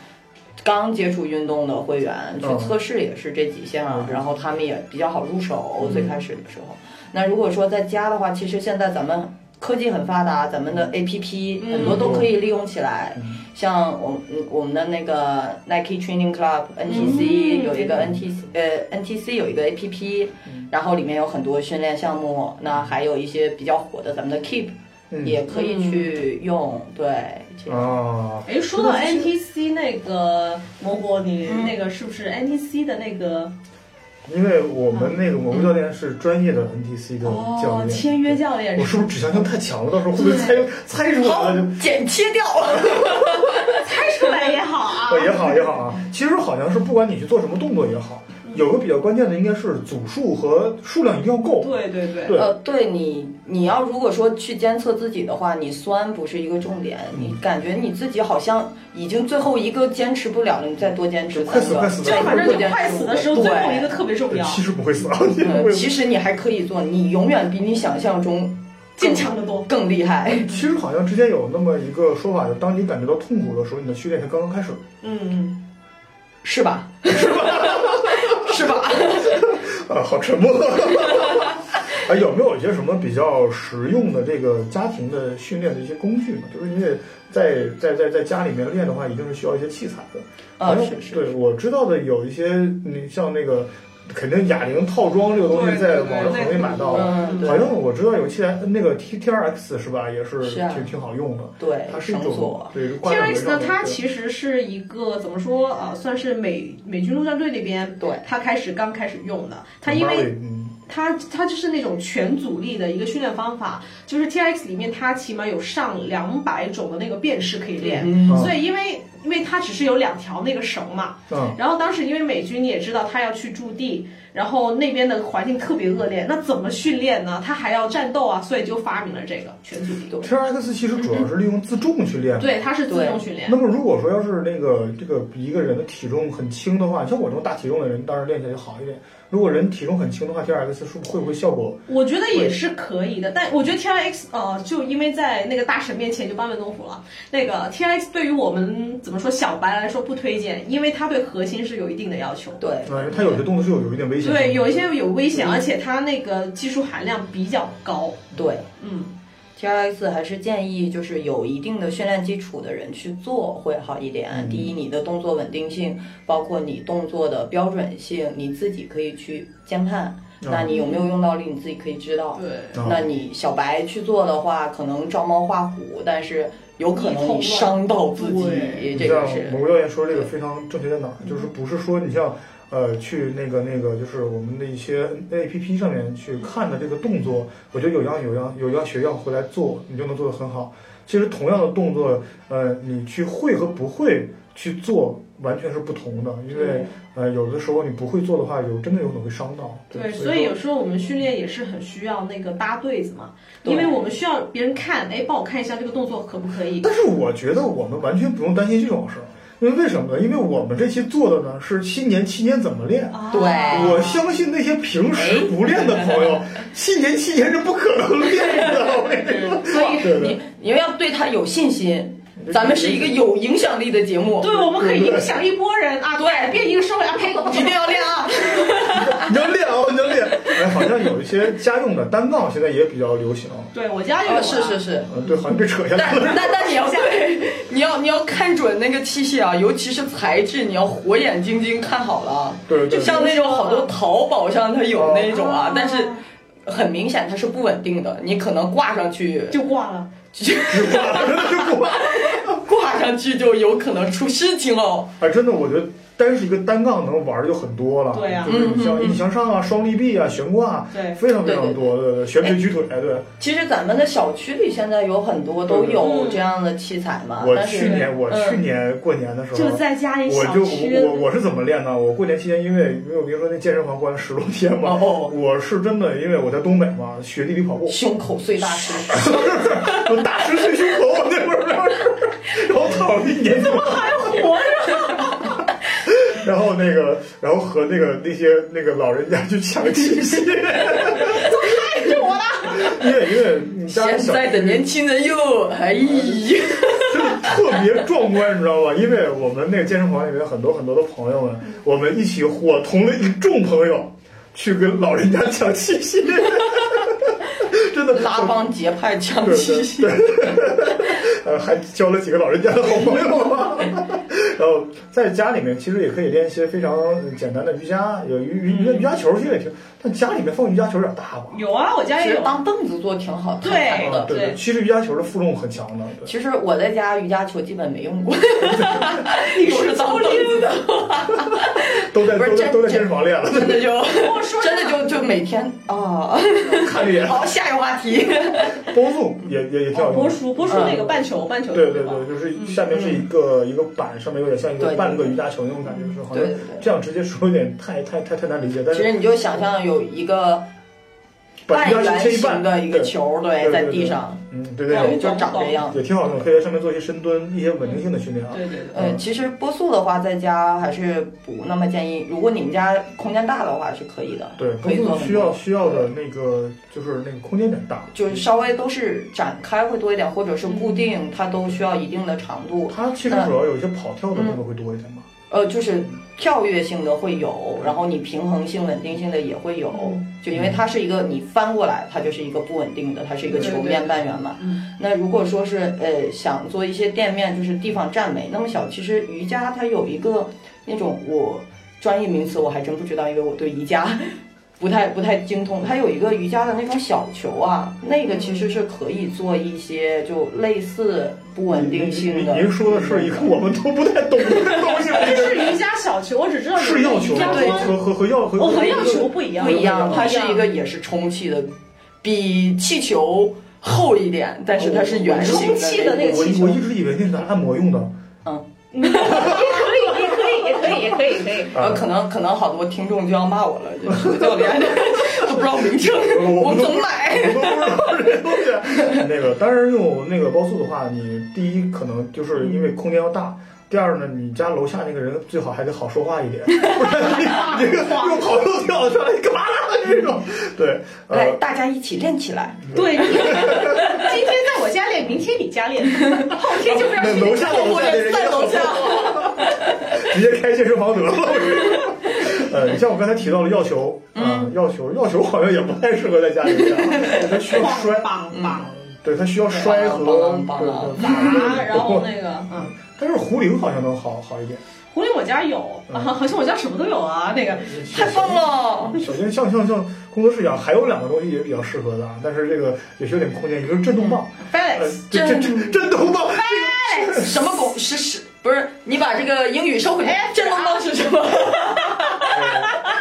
[SPEAKER 2] 刚接触运动的会员去
[SPEAKER 1] 嗯
[SPEAKER 2] 测试也是这几项，
[SPEAKER 1] 嗯
[SPEAKER 2] 然后他们也比较好入手。最开始的时候，那如果说在家的话，其实现在咱们科技很发达，咱们
[SPEAKER 1] 嗯
[SPEAKER 2] 的 APP 很多都可以利用起来。像我嗯我们的那个 Nike Training Club NTC、
[SPEAKER 3] 嗯
[SPEAKER 2] 有一个 NTC 呃 NTC 有一个 APP，、然
[SPEAKER 1] 嗯
[SPEAKER 2] 后里面有很多训练项目，那还有一些比较火的咱们的 Keep、
[SPEAKER 1] 嗯
[SPEAKER 2] 也可以去用，对，这个
[SPEAKER 1] 啊，
[SPEAKER 3] 哎，说到 NTC 那个蘑菇，你那个是不是 NTC 的那个
[SPEAKER 1] 因为我们那个蘑菇教练是专业的 NTC 的教
[SPEAKER 3] 嗯哦
[SPEAKER 1] 练，
[SPEAKER 3] 签约教练嗯
[SPEAKER 1] 我？是不是指向性太强了？到时候会不会猜猜出来
[SPEAKER 2] 好
[SPEAKER 1] 了就？
[SPEAKER 2] 剪切掉，
[SPEAKER 3] 猜出来也好啊
[SPEAKER 1] 呃，也好也好啊。其实好像是不管你去做什么动作也好，
[SPEAKER 3] 嗯
[SPEAKER 1] 有个比较关键的应该是组数和数量一定要够。
[SPEAKER 3] 对对
[SPEAKER 1] [LAUGHS]
[SPEAKER 3] 对，
[SPEAKER 1] 对
[SPEAKER 2] 呃，对你，你要如果说去监测自己的话，你酸不是一个重点，你感觉你自己好像已经最后一个坚持不了了，你再多坚持
[SPEAKER 1] 快
[SPEAKER 2] 三
[SPEAKER 1] 死
[SPEAKER 2] 个，
[SPEAKER 1] 快死
[SPEAKER 3] 就反正你快死的时候，最后一个特别重
[SPEAKER 1] 对
[SPEAKER 3] 要，
[SPEAKER 1] 其实不会死啊，其实不
[SPEAKER 2] [LAUGHS]
[SPEAKER 1] [LAUGHS]
[SPEAKER 2] 呃
[SPEAKER 1] 会死。
[SPEAKER 2] 其实你还可以做，你永远比你想象中
[SPEAKER 3] 坚强的多。
[SPEAKER 2] 更厉害。
[SPEAKER 1] 其实好像之前有那么一个说法，就是当你感觉到痛苦的时候，你的训练才刚刚开始。
[SPEAKER 3] 嗯，
[SPEAKER 1] [LAUGHS]
[SPEAKER 2] 是吧？是吧？
[SPEAKER 1] 啊，好沉
[SPEAKER 2] [LAUGHS]
[SPEAKER 1] 默。啊，有没有一些什么比较实用的这个家庭的训练的一些工具呢？就是因为在在在在家里面练的话，一定是需要一些器材的。
[SPEAKER 2] 啊
[SPEAKER 1] 好像
[SPEAKER 2] 是是
[SPEAKER 1] 对，我知道的有一些，你像那个，肯定哑铃套装这个东西
[SPEAKER 3] 对对
[SPEAKER 1] 在
[SPEAKER 3] 对
[SPEAKER 1] 网上很容易买到。
[SPEAKER 2] 嗯，
[SPEAKER 1] 好
[SPEAKER 2] 对
[SPEAKER 1] 像我知道有器材，那个 T T R X 是吧，也是
[SPEAKER 2] 是
[SPEAKER 1] 挺、
[SPEAKER 2] 啊
[SPEAKER 1] 挺好用的。它
[SPEAKER 2] 对，
[SPEAKER 1] 是一
[SPEAKER 2] 绳
[SPEAKER 1] 种
[SPEAKER 2] 索。
[SPEAKER 1] 对
[SPEAKER 3] T
[SPEAKER 1] 挂在
[SPEAKER 3] Rex 呢，
[SPEAKER 1] 围上的
[SPEAKER 3] 它
[SPEAKER 1] 对
[SPEAKER 3] 其实是一个怎么说呃，算是美美军陆战队那边
[SPEAKER 2] 对
[SPEAKER 3] 它开始刚开始用的。它
[SPEAKER 1] 从
[SPEAKER 3] 因
[SPEAKER 1] Marley，
[SPEAKER 3] 为
[SPEAKER 1] 嗯
[SPEAKER 3] 它它就是那种全阻力的一个训练方法，就是 T X 里面它起码有上两百种的那个变式可以练，
[SPEAKER 1] 嗯
[SPEAKER 3] 所以因为因为它只是有两条那个绳嘛，
[SPEAKER 1] 嗯
[SPEAKER 3] 然后当时因为美军你也知道他要去驻地，然后那边的环境特别恶劣，那怎么训练呢？他还要战斗啊，所以就发明了这个全阻力。
[SPEAKER 1] ，T R X 其实主要是利用自重去练。
[SPEAKER 3] 对，它是自动训练
[SPEAKER 1] 那。么如果说要是那个这个一个人的体重很轻的话，像我这种大体重的人，当然练起来就好一点。如果人体重很轻的话，T R X 是不是会不会效果？
[SPEAKER 3] 我觉得也是可以的，但我觉得 T R X 呃，就因为在那个大神面前就班门弄斧了。那个 T R X 对于我们怎么说小白来说不推荐，因为它对核心是有一定的要求。
[SPEAKER 2] 对，
[SPEAKER 1] 呃，它有些动作是有有一点危险的。
[SPEAKER 3] 对，有一些有危险，而且它那个技术含量比较高。
[SPEAKER 2] 对
[SPEAKER 3] 嗯，
[SPEAKER 2] T R X 还是建议就是有一定的训练基础的人去做会好一点。
[SPEAKER 1] 嗯
[SPEAKER 2] 第一，你的动作稳定性，包括你动作的标准性，你自己可以去监判。
[SPEAKER 1] 嗯
[SPEAKER 2] 那你有没有用到力，你自己可以知道。
[SPEAKER 3] 对。
[SPEAKER 1] 啊
[SPEAKER 2] 那你小白去做的话，可能照猫画虎，但是有可能你伤到自己
[SPEAKER 3] 对，
[SPEAKER 1] 你
[SPEAKER 2] 这
[SPEAKER 1] 像
[SPEAKER 2] 个是
[SPEAKER 1] 某个教练说这个非常正确在哪儿，
[SPEAKER 3] 嗯
[SPEAKER 1] 就是不是说你像呃去那个那个就是我们的一些 A P P 上面去看的这个动作，我觉得有样有样有样学样回来做，你就能做得很好。其实同样的动作，呃，你去会和不会去做完全是不同的，因为呃有的时候你不会做的话，有真的有可能会伤到。
[SPEAKER 3] 对，
[SPEAKER 1] 所
[SPEAKER 3] 所
[SPEAKER 1] 说
[SPEAKER 3] 以有时候我们训练也是很需要那个搭对子嘛，
[SPEAKER 2] 对
[SPEAKER 3] 因为我们需要别人看，哎，帮我看一下这个动作可不可以？
[SPEAKER 1] 但是我觉得我们完全不用担心这种事儿，因为为什么呢？因为我们这期做的呢是新年七年怎么练。
[SPEAKER 3] 啊
[SPEAKER 2] 对
[SPEAKER 1] 我相信那些平时不练的朋友，
[SPEAKER 3] 哎
[SPEAKER 1] 七年七年是不可能练的。我跟你说，
[SPEAKER 2] 所以
[SPEAKER 1] 对对
[SPEAKER 2] 你你们要对他有信心。咱们是一个有影响力的节目，
[SPEAKER 3] 对，我们可以影响一波人啊！对，变一个社会啊，配个
[SPEAKER 2] 一定要练啊！
[SPEAKER 1] 你要练啊，你要练。哎，好像有一些家用的单杠现在也比较流行。
[SPEAKER 3] 对我家也有、
[SPEAKER 2] 啊，是是，是。
[SPEAKER 1] 嗯，对，好像被扯下来
[SPEAKER 2] 但
[SPEAKER 3] [LAUGHS]
[SPEAKER 1] 了。
[SPEAKER 2] 但但你要对，你要你要看准那个器械啊，尤其是材质，你要火眼金睛看好了。
[SPEAKER 1] 对对对哦
[SPEAKER 2] 就像那种好多淘宝上它有那种啊，但是很明显它是不稳定的，你可能挂上去
[SPEAKER 3] 就挂了。
[SPEAKER 2] 就 [LAUGHS]
[SPEAKER 1] 只挂了，真的是挂了。
[SPEAKER 2] 挂上去就有可能出事情哦。
[SPEAKER 1] 哎，真的，我觉得单是一个单杠能玩的就很多了。
[SPEAKER 3] 对啊
[SPEAKER 1] 就是你像引体向上啊、双立臂啊、悬挂啊，
[SPEAKER 3] 对哎啊
[SPEAKER 1] 非常非常多。呃对对，悬垂举腿，对。
[SPEAKER 2] 其实咱们的小区里现在有很多都有
[SPEAKER 3] 嗯
[SPEAKER 2] 这样的器材嘛，
[SPEAKER 1] 我
[SPEAKER 2] 但
[SPEAKER 1] 去
[SPEAKER 2] 是嗯
[SPEAKER 1] 年我去年过年的时候，
[SPEAKER 3] 就在家里
[SPEAKER 1] 嗯我
[SPEAKER 3] 小
[SPEAKER 1] 就
[SPEAKER 3] 区
[SPEAKER 1] 我我我是怎么练呢？我过年期间因为因为我比如说那健身房关了十多天嘛，
[SPEAKER 2] 哦，
[SPEAKER 1] 我是真的因为我在东北嘛，雪地里跑步
[SPEAKER 2] 胸口碎大
[SPEAKER 1] [LAUGHS]
[SPEAKER 2] 石，
[SPEAKER 1] 我打石碎胸口，那会儿， [LAUGHS] 然后躺了一年多，
[SPEAKER 3] 还活着，
[SPEAKER 1] 然后那个然后和那个那些那个老人家去抢器械，
[SPEAKER 3] 看着我
[SPEAKER 1] [LAUGHS]
[SPEAKER 3] 呢。
[SPEAKER 1] 因为因为你家
[SPEAKER 2] [LAUGHS] 现
[SPEAKER 1] 小
[SPEAKER 2] 在的年轻人又哎
[SPEAKER 1] 嗯
[SPEAKER 2] 呀，
[SPEAKER 1] 真的特别壮观，你知道吗？因为我们那个健身房里面很多很多的朋友们，我们一起伙同了一众朋友去跟老人家抢器械， [LAUGHS] 真的
[SPEAKER 2] 拉帮结
[SPEAKER 1] [LAUGHS]
[SPEAKER 2] 派抢
[SPEAKER 1] 对
[SPEAKER 2] 器
[SPEAKER 1] 对
[SPEAKER 2] 械。
[SPEAKER 1] 对，呃，还交了几个老人家的好朋友。 [LAUGHS] 然后在家里面其实也可以练一些非常简单的瑜伽，有瑜瑜
[SPEAKER 2] 嗯
[SPEAKER 1] 瑜伽球其实也挺，但家里面放瑜伽球有点大吧？
[SPEAKER 3] 有啊，我家
[SPEAKER 2] 其
[SPEAKER 3] 也
[SPEAKER 2] 实
[SPEAKER 3] 有。
[SPEAKER 2] 哎当凳子坐挺好，
[SPEAKER 3] 对
[SPEAKER 2] 挺好
[SPEAKER 1] 啊，
[SPEAKER 2] 的。
[SPEAKER 1] 对对，
[SPEAKER 3] 对
[SPEAKER 1] 其实瑜伽球的负重很强的，对。
[SPEAKER 2] 其实我在家瑜伽球基本没
[SPEAKER 1] [LAUGHS]
[SPEAKER 2] 用过，我是当凳子的，
[SPEAKER 1] 都在
[SPEAKER 2] 不是
[SPEAKER 1] 都在
[SPEAKER 2] 这
[SPEAKER 1] 都在健身房练
[SPEAKER 2] [LAUGHS]
[SPEAKER 1] 了，
[SPEAKER 2] 真的就
[SPEAKER 3] 我说
[SPEAKER 2] 真的就就每天啊。
[SPEAKER 1] 看着也
[SPEAKER 2] 好，下一哦个话题。
[SPEAKER 1] [LAUGHS] 包纵也也也挺好用
[SPEAKER 3] 波
[SPEAKER 1] 的。
[SPEAKER 3] 叔，波叔那个半球，半球
[SPEAKER 1] 对对
[SPEAKER 3] 吧
[SPEAKER 1] 对，就是下面是一个、一个板，上面有点像一
[SPEAKER 2] 嗯对
[SPEAKER 1] 个
[SPEAKER 2] 对
[SPEAKER 1] 半个瑜伽球那种感觉，是好像
[SPEAKER 2] 对对对
[SPEAKER 1] 这样直接说有点太太太太难理解，但
[SPEAKER 2] 其
[SPEAKER 1] 是
[SPEAKER 2] 实你就想象有一个
[SPEAKER 1] 把
[SPEAKER 2] 半
[SPEAKER 1] 瑜伽
[SPEAKER 2] 圆
[SPEAKER 1] 球切一
[SPEAKER 2] 形
[SPEAKER 1] 半
[SPEAKER 2] 的一个
[SPEAKER 1] 对，
[SPEAKER 2] 球，
[SPEAKER 1] 对对
[SPEAKER 2] 在
[SPEAKER 1] 对
[SPEAKER 2] 地上，
[SPEAKER 1] 嗯，对对
[SPEAKER 3] 对
[SPEAKER 2] 对，
[SPEAKER 1] 对，
[SPEAKER 2] 就长这样。
[SPEAKER 1] 也挺好用，可以在上面做一些深蹲，一些稳定性的训练啊。
[SPEAKER 3] 对对对。
[SPEAKER 2] 呃，其实波速的话，在家还是不那么建议。如果你们家空间大的话，是可以的，
[SPEAKER 1] 对，
[SPEAKER 2] 可以做
[SPEAKER 1] 包
[SPEAKER 2] 很
[SPEAKER 1] 需
[SPEAKER 2] 多
[SPEAKER 1] 要需要的那个就是那个空间点大，
[SPEAKER 2] 就是稍微都是展开会多一点，或者是
[SPEAKER 3] 嗯
[SPEAKER 2] 固定，它都需要一定的长度。
[SPEAKER 1] 它其实主要有一些跑跳
[SPEAKER 2] 嗯
[SPEAKER 1] 的动作会多一点嘛。
[SPEAKER 2] 呃，就是跳跃性的会有，然后你平衡性、稳定性的也会有，
[SPEAKER 3] 嗯
[SPEAKER 2] 就因为它是一个你翻过来，它就是一个不稳定的，它是一个
[SPEAKER 3] 对
[SPEAKER 2] 球
[SPEAKER 3] 对
[SPEAKER 2] 面
[SPEAKER 3] 对
[SPEAKER 2] 半圆嘛。
[SPEAKER 3] 嗯
[SPEAKER 2] 那如果说是呃想做一些店面，就是地方占没那么小，其实瑜伽它有一个那种我专业名词我还真不知道，因为我对瑜伽不太不太精通。它有一个瑜伽的那种小球啊，那个其实是可以做一些就类似不稳定性
[SPEAKER 1] 您
[SPEAKER 2] 的。
[SPEAKER 1] 您说的是一个我们都不太
[SPEAKER 2] [LAUGHS]
[SPEAKER 1] 懂的东西，
[SPEAKER 3] 这是瑜伽小球，我只知道有
[SPEAKER 1] 是
[SPEAKER 3] 一
[SPEAKER 1] 药
[SPEAKER 3] 个
[SPEAKER 1] 球
[SPEAKER 3] 瑜伽
[SPEAKER 1] 和
[SPEAKER 3] 砖。
[SPEAKER 1] 和和和药和
[SPEAKER 3] 哦，和药球不一样，
[SPEAKER 2] 不一样，它是一
[SPEAKER 3] 不
[SPEAKER 2] 个也是充气的，比气球厚一点，但是它是圆形
[SPEAKER 3] 充气的那
[SPEAKER 2] 那
[SPEAKER 3] 个
[SPEAKER 1] 我
[SPEAKER 3] 气
[SPEAKER 1] 一
[SPEAKER 3] 球
[SPEAKER 1] 我一直以为那是按摩用的，
[SPEAKER 3] 一样，也可以，也可以，也可以，也可以。
[SPEAKER 2] 呃，可能可能好多听众就要骂我了，就是个教 [LAUGHS] 练都不知道名称，
[SPEAKER 1] 我
[SPEAKER 2] 我
[SPEAKER 1] 们
[SPEAKER 2] 怎
[SPEAKER 1] 都
[SPEAKER 2] 么买？
[SPEAKER 1] 我都不知道这东西。 [LAUGHS] 那个，当然用那个包速的话，你第一可能就是因为空间要大。第二呢，你家楼下那个人最好还得好说话一点，不然你你这个又跑又跳上来干嘛呢？这种，对，
[SPEAKER 2] 来，
[SPEAKER 1] 呃，
[SPEAKER 2] 大家一起练起来。
[SPEAKER 3] 对，你今天在我家练，明天你家练，后天就不要去
[SPEAKER 1] 啊那楼下的楼下的人也
[SPEAKER 2] 在楼下，
[SPEAKER 1] 直接开健身房得了。我跟你说呃，你像我刚才提到了药球，嗯，药球，药球好像也不太适合在家里练，它需要摔，
[SPEAKER 3] 绑绑
[SPEAKER 1] 对，它需要摔和
[SPEAKER 2] 梆梆梆
[SPEAKER 1] 对
[SPEAKER 2] 梆
[SPEAKER 1] [LAUGHS]
[SPEAKER 3] 砸，啊然后
[SPEAKER 1] 对
[SPEAKER 3] 那个嗯。
[SPEAKER 1] 但是壶铃好像能好好一点。
[SPEAKER 3] 狐狸我家有，
[SPEAKER 1] 嗯
[SPEAKER 3] 啊，好像我家什么都有啊。那个
[SPEAKER 2] 太棒了！
[SPEAKER 1] 首先像像像工作室一样，还有两个东西也比较适合的啊，但是这个也是有点空间，一个是震动棒，呃
[SPEAKER 3] Felix，，
[SPEAKER 1] 这这这震动棒，
[SPEAKER 2] 什么狗是是不是？你把这个英语收回去。震动棒是什么？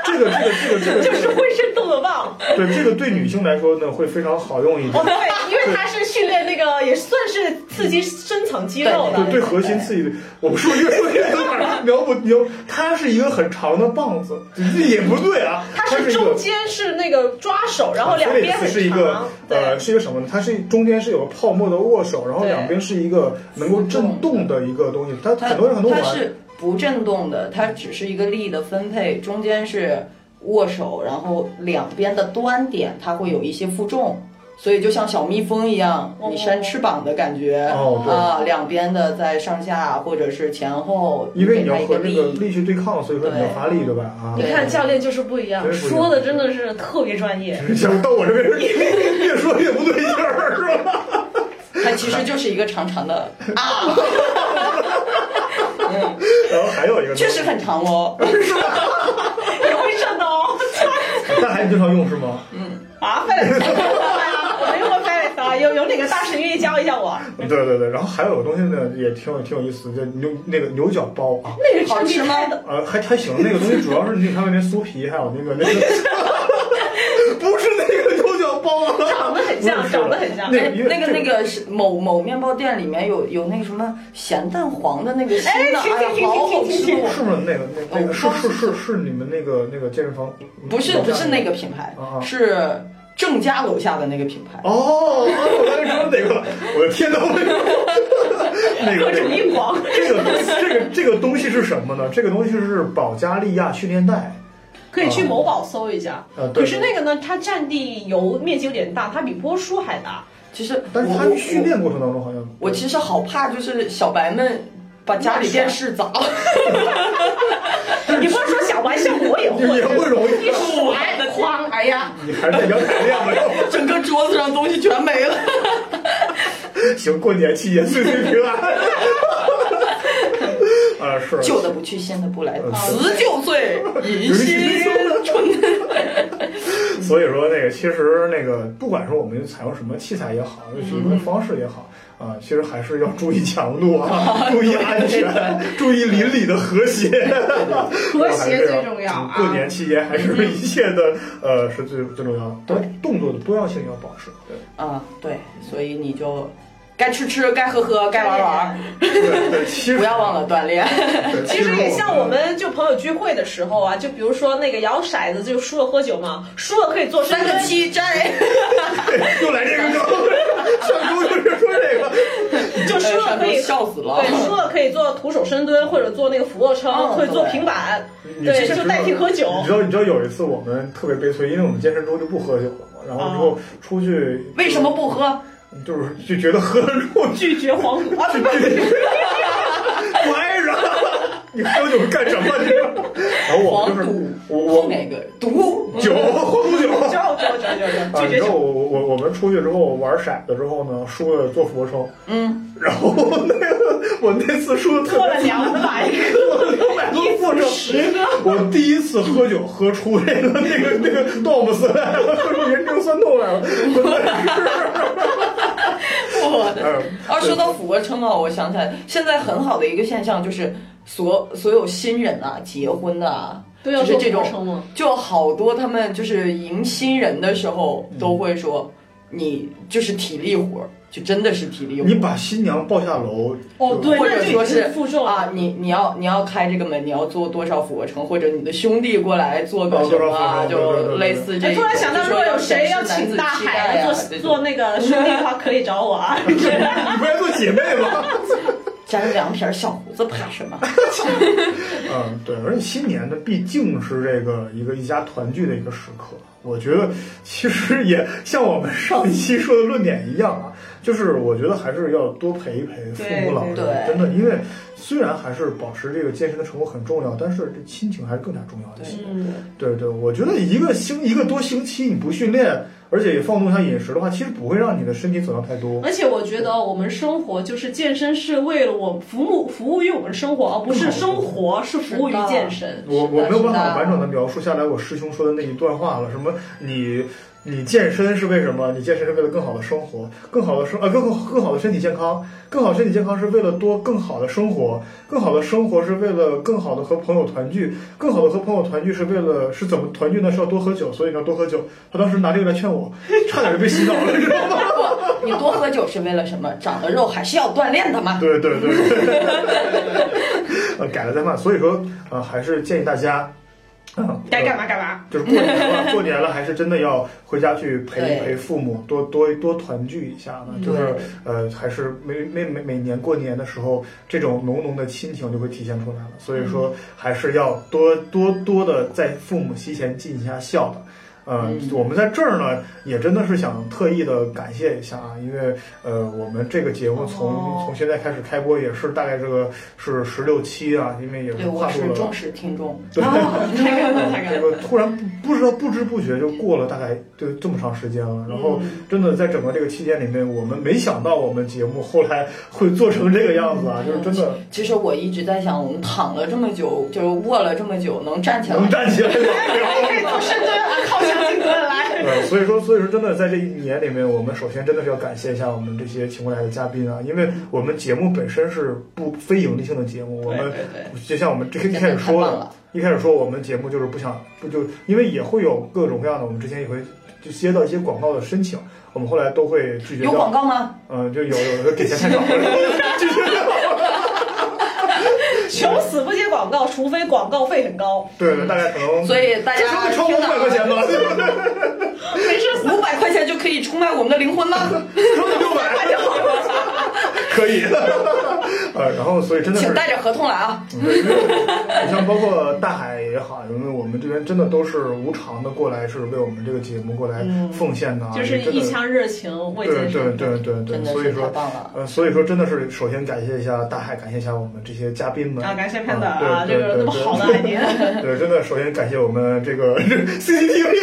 [SPEAKER 1] 这个这个这个这
[SPEAKER 3] 就
[SPEAKER 1] 个，
[SPEAKER 3] 是会震动
[SPEAKER 1] [LAUGHS]
[SPEAKER 3] 的棒，
[SPEAKER 1] 对这个对女性来说呢会非常好用一点，
[SPEAKER 3] 对，因为它是训练那个，也算是刺激深层肌肉
[SPEAKER 1] 对
[SPEAKER 3] 的。
[SPEAKER 1] 对核心刺激的，我们说越说越有点 [LAUGHS] 描不描，它是一个很长的棒子，这也不对啊，
[SPEAKER 3] 它
[SPEAKER 1] 它
[SPEAKER 3] 是
[SPEAKER 1] 是一
[SPEAKER 3] 中
[SPEAKER 1] 个。啊
[SPEAKER 3] 间是那个抓手，然后两边很
[SPEAKER 1] 是一个
[SPEAKER 3] 长，对
[SPEAKER 1] 呃，，是一个什么呢？它是中间是有个泡沫的握手，然后
[SPEAKER 3] 对
[SPEAKER 1] 两边是一个能够震动的一个东西。它很多人很多
[SPEAKER 2] 它
[SPEAKER 1] 玩，
[SPEAKER 2] 是不震动的，它只是一个力的分配，中间是握手，然后两边的端点它会有一些负重。所以就像小蜜蜂一样，
[SPEAKER 3] 哦
[SPEAKER 2] 你扇翅膀的感觉
[SPEAKER 1] 哦对
[SPEAKER 2] 啊，两边的在上下或者是前后，
[SPEAKER 1] 因为你要
[SPEAKER 2] 给它一
[SPEAKER 1] 和
[SPEAKER 2] 个
[SPEAKER 1] 这个
[SPEAKER 2] 力，
[SPEAKER 1] 力去对抗，所以说你要发力，对吧？啊，
[SPEAKER 3] 你看教练就是不一样，
[SPEAKER 1] 对不一样
[SPEAKER 3] 说的真的是特别专
[SPEAKER 1] [LAUGHS]
[SPEAKER 3] 业。
[SPEAKER 1] [LAUGHS] 想到我这
[SPEAKER 2] [LAUGHS]
[SPEAKER 1] 边越说越不对劲儿，是吧？ [LAUGHS]
[SPEAKER 2] 它其实就是一个长长的啊，
[SPEAKER 1] 然后还有一个，
[SPEAKER 2] 确实很长
[SPEAKER 1] [LAUGHS]
[SPEAKER 2] 哦。
[SPEAKER 3] 也会震动 [LAUGHS] 哦。
[SPEAKER 1] 但还经常用是吗？
[SPEAKER 2] 嗯
[SPEAKER 3] 啊，费
[SPEAKER 1] [LAUGHS]
[SPEAKER 3] 了，我没用过 Felix 啊，有有哪个大神愿意教一下我？
[SPEAKER 1] 嗯对对对，然后还有个东西呢，也挺有挺有意思，叫牛那个牛角包啊，
[SPEAKER 3] 那个
[SPEAKER 2] 好
[SPEAKER 3] 是
[SPEAKER 2] 吃吗哎
[SPEAKER 3] 开的，
[SPEAKER 1] 呃，还还行，那个东西主要是你看到那酥皮，还有那个那
[SPEAKER 2] [LAUGHS]
[SPEAKER 1] 个， [LAUGHS] 不是那个牛角包啊，
[SPEAKER 3] 长得很像，长得很像。
[SPEAKER 1] 那
[SPEAKER 2] 哎
[SPEAKER 1] 个因为
[SPEAKER 2] 那个
[SPEAKER 1] 这个
[SPEAKER 2] 那个是某某面包店里面有有那个什么咸蛋黄的那个新的，
[SPEAKER 3] 停
[SPEAKER 2] 哎
[SPEAKER 3] 停
[SPEAKER 2] 呀，
[SPEAKER 3] 停
[SPEAKER 2] 好
[SPEAKER 3] 停
[SPEAKER 2] 好
[SPEAKER 3] 停
[SPEAKER 2] 吃
[SPEAKER 3] 停
[SPEAKER 2] 哦！
[SPEAKER 1] 是不是那个那那个是是是是你们那个那个健身房？
[SPEAKER 2] 不是不是那个品牌
[SPEAKER 1] 啊啊，
[SPEAKER 2] 是郑家楼下的那个品牌。
[SPEAKER 1] 哦，我刚才说哪个？我的天呐，我
[SPEAKER 2] [LAUGHS]
[SPEAKER 1] 那个
[SPEAKER 3] 各种一狂，
[SPEAKER 1] 这个这个这个东西是什么呢？这个东西是保加利亚训练带，
[SPEAKER 3] 可以去某宝搜一下。
[SPEAKER 1] 呃对
[SPEAKER 3] 可是那个呢，它占地有面积有点大，它比波叔还大。
[SPEAKER 2] 其实我
[SPEAKER 1] 但是
[SPEAKER 2] 我
[SPEAKER 1] 它训练过程当中好像
[SPEAKER 2] 我其实好怕，就是小白们把家里电视砸了。
[SPEAKER 3] 你不是说小白像我也会，
[SPEAKER 1] 也不容易
[SPEAKER 3] 一甩哐，哎呀，
[SPEAKER 1] 你还是在阳台练吧。要
[SPEAKER 2] [LAUGHS] 整个桌子上东西全没了，
[SPEAKER 1] 不行，过年期间岁岁平
[SPEAKER 2] [LAUGHS]
[SPEAKER 1] 安。啊，是
[SPEAKER 2] 旧的不去，新的不来，
[SPEAKER 1] 嗯
[SPEAKER 2] 辞旧岁，迎
[SPEAKER 1] 迎
[SPEAKER 2] 新春。
[SPEAKER 1] 所以说那个其实那个不管是我们采用什么器材也好，
[SPEAKER 3] 嗯
[SPEAKER 1] 用什么方式也好。啊，其实还是要注意强度
[SPEAKER 3] [LAUGHS]
[SPEAKER 1] 啊，注意安全，注意邻里的和谐， [LAUGHS]
[SPEAKER 3] 和谐最重要
[SPEAKER 1] 嗯
[SPEAKER 3] 啊
[SPEAKER 1] 过年期间还是一切的，呃，是最最重要的。
[SPEAKER 2] 对，
[SPEAKER 1] 动作的多样性要保持。对。
[SPEAKER 2] 啊，对，所以你就该吃吃，该喝喝，该玩玩，
[SPEAKER 1] 对对，其实
[SPEAKER 2] 不要忘了锻炼。
[SPEAKER 1] 对。
[SPEAKER 3] 其实也像我们就朋友聚会的时候啊，就比如说那个摇骰子，就输了喝酒嘛，输了可以做深
[SPEAKER 2] 三个
[SPEAKER 3] 蹲，
[SPEAKER 2] 七摘，
[SPEAKER 1] 又来
[SPEAKER 3] [LAUGHS]
[SPEAKER 1] 这个梗，上周就是说这个，
[SPEAKER 3] 就输了可以
[SPEAKER 2] 哎上周笑死了
[SPEAKER 3] 对，输了可以做徒手深蹲，或者做那个俯卧撑，
[SPEAKER 2] 嗯
[SPEAKER 3] 或者做
[SPEAKER 2] 对
[SPEAKER 3] 平板，
[SPEAKER 1] 你
[SPEAKER 3] 对，
[SPEAKER 1] 知道
[SPEAKER 3] 就代替喝酒。
[SPEAKER 1] 你知道你知道有一次我们特别悲催，因为我们健身之后就不喝酒了嘛，然后之
[SPEAKER 3] 哦
[SPEAKER 1] 后出去
[SPEAKER 2] 为什么不喝？
[SPEAKER 1] 就是就觉得喝了之后
[SPEAKER 3] 拒绝黄赌啊，不不不，
[SPEAKER 1] 不挨着。
[SPEAKER 3] [LAUGHS]
[SPEAKER 1] 你喝酒干什么？你知道吗然后我们
[SPEAKER 2] 黄
[SPEAKER 1] 就
[SPEAKER 2] 赌
[SPEAKER 1] 是我我
[SPEAKER 2] 后哪个毒？
[SPEAKER 1] 酒
[SPEAKER 3] [LAUGHS]
[SPEAKER 1] 喝不酒。
[SPEAKER 3] 就就就
[SPEAKER 1] 啊，
[SPEAKER 3] 就拒
[SPEAKER 1] 你知
[SPEAKER 3] 绝
[SPEAKER 1] 道
[SPEAKER 3] 酒。
[SPEAKER 1] 我我我我们出去之后玩骰子之后呢，输了做俯卧撑，
[SPEAKER 2] 嗯，
[SPEAKER 1] 然后那个我那次输的特
[SPEAKER 3] 喝
[SPEAKER 1] 别
[SPEAKER 3] 了两百个，
[SPEAKER 1] 喝了两百 [LAUGHS] 你复证
[SPEAKER 3] 十个。
[SPEAKER 1] 我第一次喝酒喝出那个那个那个道姆斯来了，喝出人中酸痛来了，
[SPEAKER 3] [LAUGHS]
[SPEAKER 1] 真的是。嗯
[SPEAKER 2] 我
[SPEAKER 3] 哎
[SPEAKER 2] 的。而说到俯卧撑啊，我想起来，现在很好的一个现象就是所所有新人啊，结婚的啊，
[SPEAKER 3] 都要
[SPEAKER 2] 就
[SPEAKER 3] 做
[SPEAKER 2] 是这
[SPEAKER 3] 俯卧撑
[SPEAKER 2] 种，
[SPEAKER 3] 吗
[SPEAKER 2] 就好多他们就是迎新人的时候
[SPEAKER 1] 嗯
[SPEAKER 2] 都会说，你就是体力活儿，就真的是体力活
[SPEAKER 1] 你
[SPEAKER 2] 儿。
[SPEAKER 1] 把新娘抱下楼，
[SPEAKER 3] 哦对
[SPEAKER 2] 或者说是
[SPEAKER 3] 那就已经负重了
[SPEAKER 2] 啊，你你要你要开这个门，你要做多少俯卧撑，或者你的兄弟过来做
[SPEAKER 1] 哦
[SPEAKER 2] 个什
[SPEAKER 1] 多少
[SPEAKER 2] 么啊，
[SPEAKER 1] 俯卧撑对对
[SPEAKER 2] 就
[SPEAKER 1] 对
[SPEAKER 2] 类似这
[SPEAKER 3] 哎
[SPEAKER 2] 种。
[SPEAKER 3] 突然想到，
[SPEAKER 2] 就说
[SPEAKER 3] 如果有
[SPEAKER 2] 显
[SPEAKER 3] 谁
[SPEAKER 2] 示
[SPEAKER 3] 要
[SPEAKER 2] 男
[SPEAKER 3] 请
[SPEAKER 2] 子
[SPEAKER 3] 大
[SPEAKER 2] 气概
[SPEAKER 3] 海
[SPEAKER 2] 啊
[SPEAKER 3] 做
[SPEAKER 2] 这种
[SPEAKER 3] 做
[SPEAKER 1] [LAUGHS]
[SPEAKER 3] 那个兄弟的话，可以找我啊。
[SPEAKER 1] 你不要做姐妹吗？
[SPEAKER 2] 粘两撇小胡子怕什
[SPEAKER 3] [LAUGHS]
[SPEAKER 2] 么？
[SPEAKER 1] 嗯，对，而且新年呢，毕竟是这个一个一家团聚的一个时刻。我觉得其实也像我们上一期说的论点一样啊，就是我觉得还是要多陪一陪父母老人，
[SPEAKER 2] 对对
[SPEAKER 1] 真的，因为虽然还是保持这个健身的成果很重要，但是这亲情还是更加重要一些。
[SPEAKER 3] 嗯，
[SPEAKER 1] 对对，我觉得一个星一个多星期你不训练，而且也放纵一下饮食的话，其实不会让你的身体损伤太多。
[SPEAKER 2] 嗯
[SPEAKER 3] [LAUGHS] 而且我觉得我们生活就是健身是为了我服务服务于我们生活，而不
[SPEAKER 1] 嗯
[SPEAKER 3] 是生活是服务于健身。
[SPEAKER 1] 我我没有办法完整
[SPEAKER 2] 的。
[SPEAKER 1] 的描述下来我师兄说的那一段话了，什么你你健身是为什么？你健身是为了更好的生活，更好的生呃更好更好的身体健康，更好的身体健康是为了多更好的生活，更好的生活是为了更好的和朋友团聚，更好的和朋友团聚是为了是怎么团聚呢？是要多喝酒，所以你要多喝酒。他当时拿这个来劝我，差点就被洗脑了，你知道吗？
[SPEAKER 2] [LAUGHS] 不，你多喝酒是为了什么？长了肉还是要锻炼的嘛。
[SPEAKER 1] 对对对 [LAUGHS] 对，呃，改了再慢。所以说，呃，还是建议大家，嗯、
[SPEAKER 3] 该干嘛干嘛。
[SPEAKER 1] 就是过年了，过年了，还是真的要回家去陪
[SPEAKER 2] 对
[SPEAKER 1] 陪父母，多多多团聚一下呢。就是呃，还是每每每每年过年的时候，这种浓浓的亲情就会体现出来了。所以
[SPEAKER 2] 嗯
[SPEAKER 1] 说，还是要多多多的在父母膝前尽一下孝的。呃，
[SPEAKER 2] 嗯
[SPEAKER 1] 我们在这儿呢，也真的是想特意的感谢一下啊，因为呃，我们这个节目从、
[SPEAKER 3] 哦
[SPEAKER 1] 从现在开始开播也是大概这个是十六期啊，因为也
[SPEAKER 2] 对，
[SPEAKER 1] 是
[SPEAKER 2] 我
[SPEAKER 1] 跨
[SPEAKER 2] 是
[SPEAKER 1] 度了
[SPEAKER 2] 忠。实听众。
[SPEAKER 1] 对 [LAUGHS]
[SPEAKER 3] 啊，太感动，太
[SPEAKER 1] 这
[SPEAKER 3] 感动。
[SPEAKER 1] 个嗯突然不不知道不知不觉就过了大概对这么长时间了，然
[SPEAKER 2] 嗯
[SPEAKER 1] 后真的在整个这个期间里面，我们没想到我们节目后来会做成这个样子啊，就是真的
[SPEAKER 2] 其实我一直在想，我们躺了这么久，就是卧了这么久，能站起来
[SPEAKER 1] 能站起来了。
[SPEAKER 3] 可以做深蹲啊，靠墙挺蹲
[SPEAKER 1] [LAUGHS]
[SPEAKER 3] 来。
[SPEAKER 1] 对，呃所以说，所以说，真的在这一年里面，我们首先真的是要感谢一下我们这些请过来的嘉宾啊，因为我们节目本身是不非盈利性的节目，我
[SPEAKER 2] 对
[SPEAKER 1] 们
[SPEAKER 2] 对对
[SPEAKER 1] 就像我们这个一
[SPEAKER 2] 真的
[SPEAKER 1] 开始说
[SPEAKER 2] 太棒
[SPEAKER 1] 的
[SPEAKER 2] 了，
[SPEAKER 1] 一开始说我们节目就是不想不就因为也会有各种各样的，我们之前也会就接到一些广告的申请，我们后来都会拒绝
[SPEAKER 2] 有
[SPEAKER 1] 掉
[SPEAKER 2] 广。告吗？
[SPEAKER 1] 嗯，就有有的给钱太少，拒绝掉。
[SPEAKER 3] 求死不接广告，除非广告费很高。
[SPEAKER 1] 对，大概可能
[SPEAKER 2] 所以大家
[SPEAKER 1] 这时候得充五
[SPEAKER 2] 听到
[SPEAKER 1] 百块钱吧，对不对？
[SPEAKER 3] 没事，
[SPEAKER 2] 五百块钱就可以出卖我们的灵魂吗？
[SPEAKER 1] 六百可以。 [LAUGHS] 呃，然后所以真的是
[SPEAKER 2] 请带着合同来啊！
[SPEAKER 1] 对，因为你 [LAUGHS] 像包括大海也好，因为我们这边真的都是无偿的过来，是为我们这个节目过来奉献的啊，
[SPEAKER 3] 嗯就是
[SPEAKER 1] 真
[SPEAKER 3] 一
[SPEAKER 1] 的。
[SPEAKER 3] 腔热情为
[SPEAKER 1] 对
[SPEAKER 3] 健
[SPEAKER 1] 对
[SPEAKER 3] 身。
[SPEAKER 1] 对对对，
[SPEAKER 2] 真的
[SPEAKER 1] 所
[SPEAKER 2] 是
[SPEAKER 1] 以
[SPEAKER 2] 太
[SPEAKER 1] 说
[SPEAKER 2] 棒了，
[SPEAKER 1] 呃，所以说真的是首先感谢一下大海，感谢一下我们这些嘉宾们
[SPEAKER 3] 啊，感谢潘导
[SPEAKER 1] 对
[SPEAKER 3] 啊，这
[SPEAKER 1] 对
[SPEAKER 3] 个
[SPEAKER 1] 对
[SPEAKER 3] 那么
[SPEAKER 1] 对
[SPEAKER 3] 好的
[SPEAKER 1] [LAUGHS]
[SPEAKER 3] idea。
[SPEAKER 1] 对，真的，首先感谢我们这个 [LAUGHS] 啊 CCTV，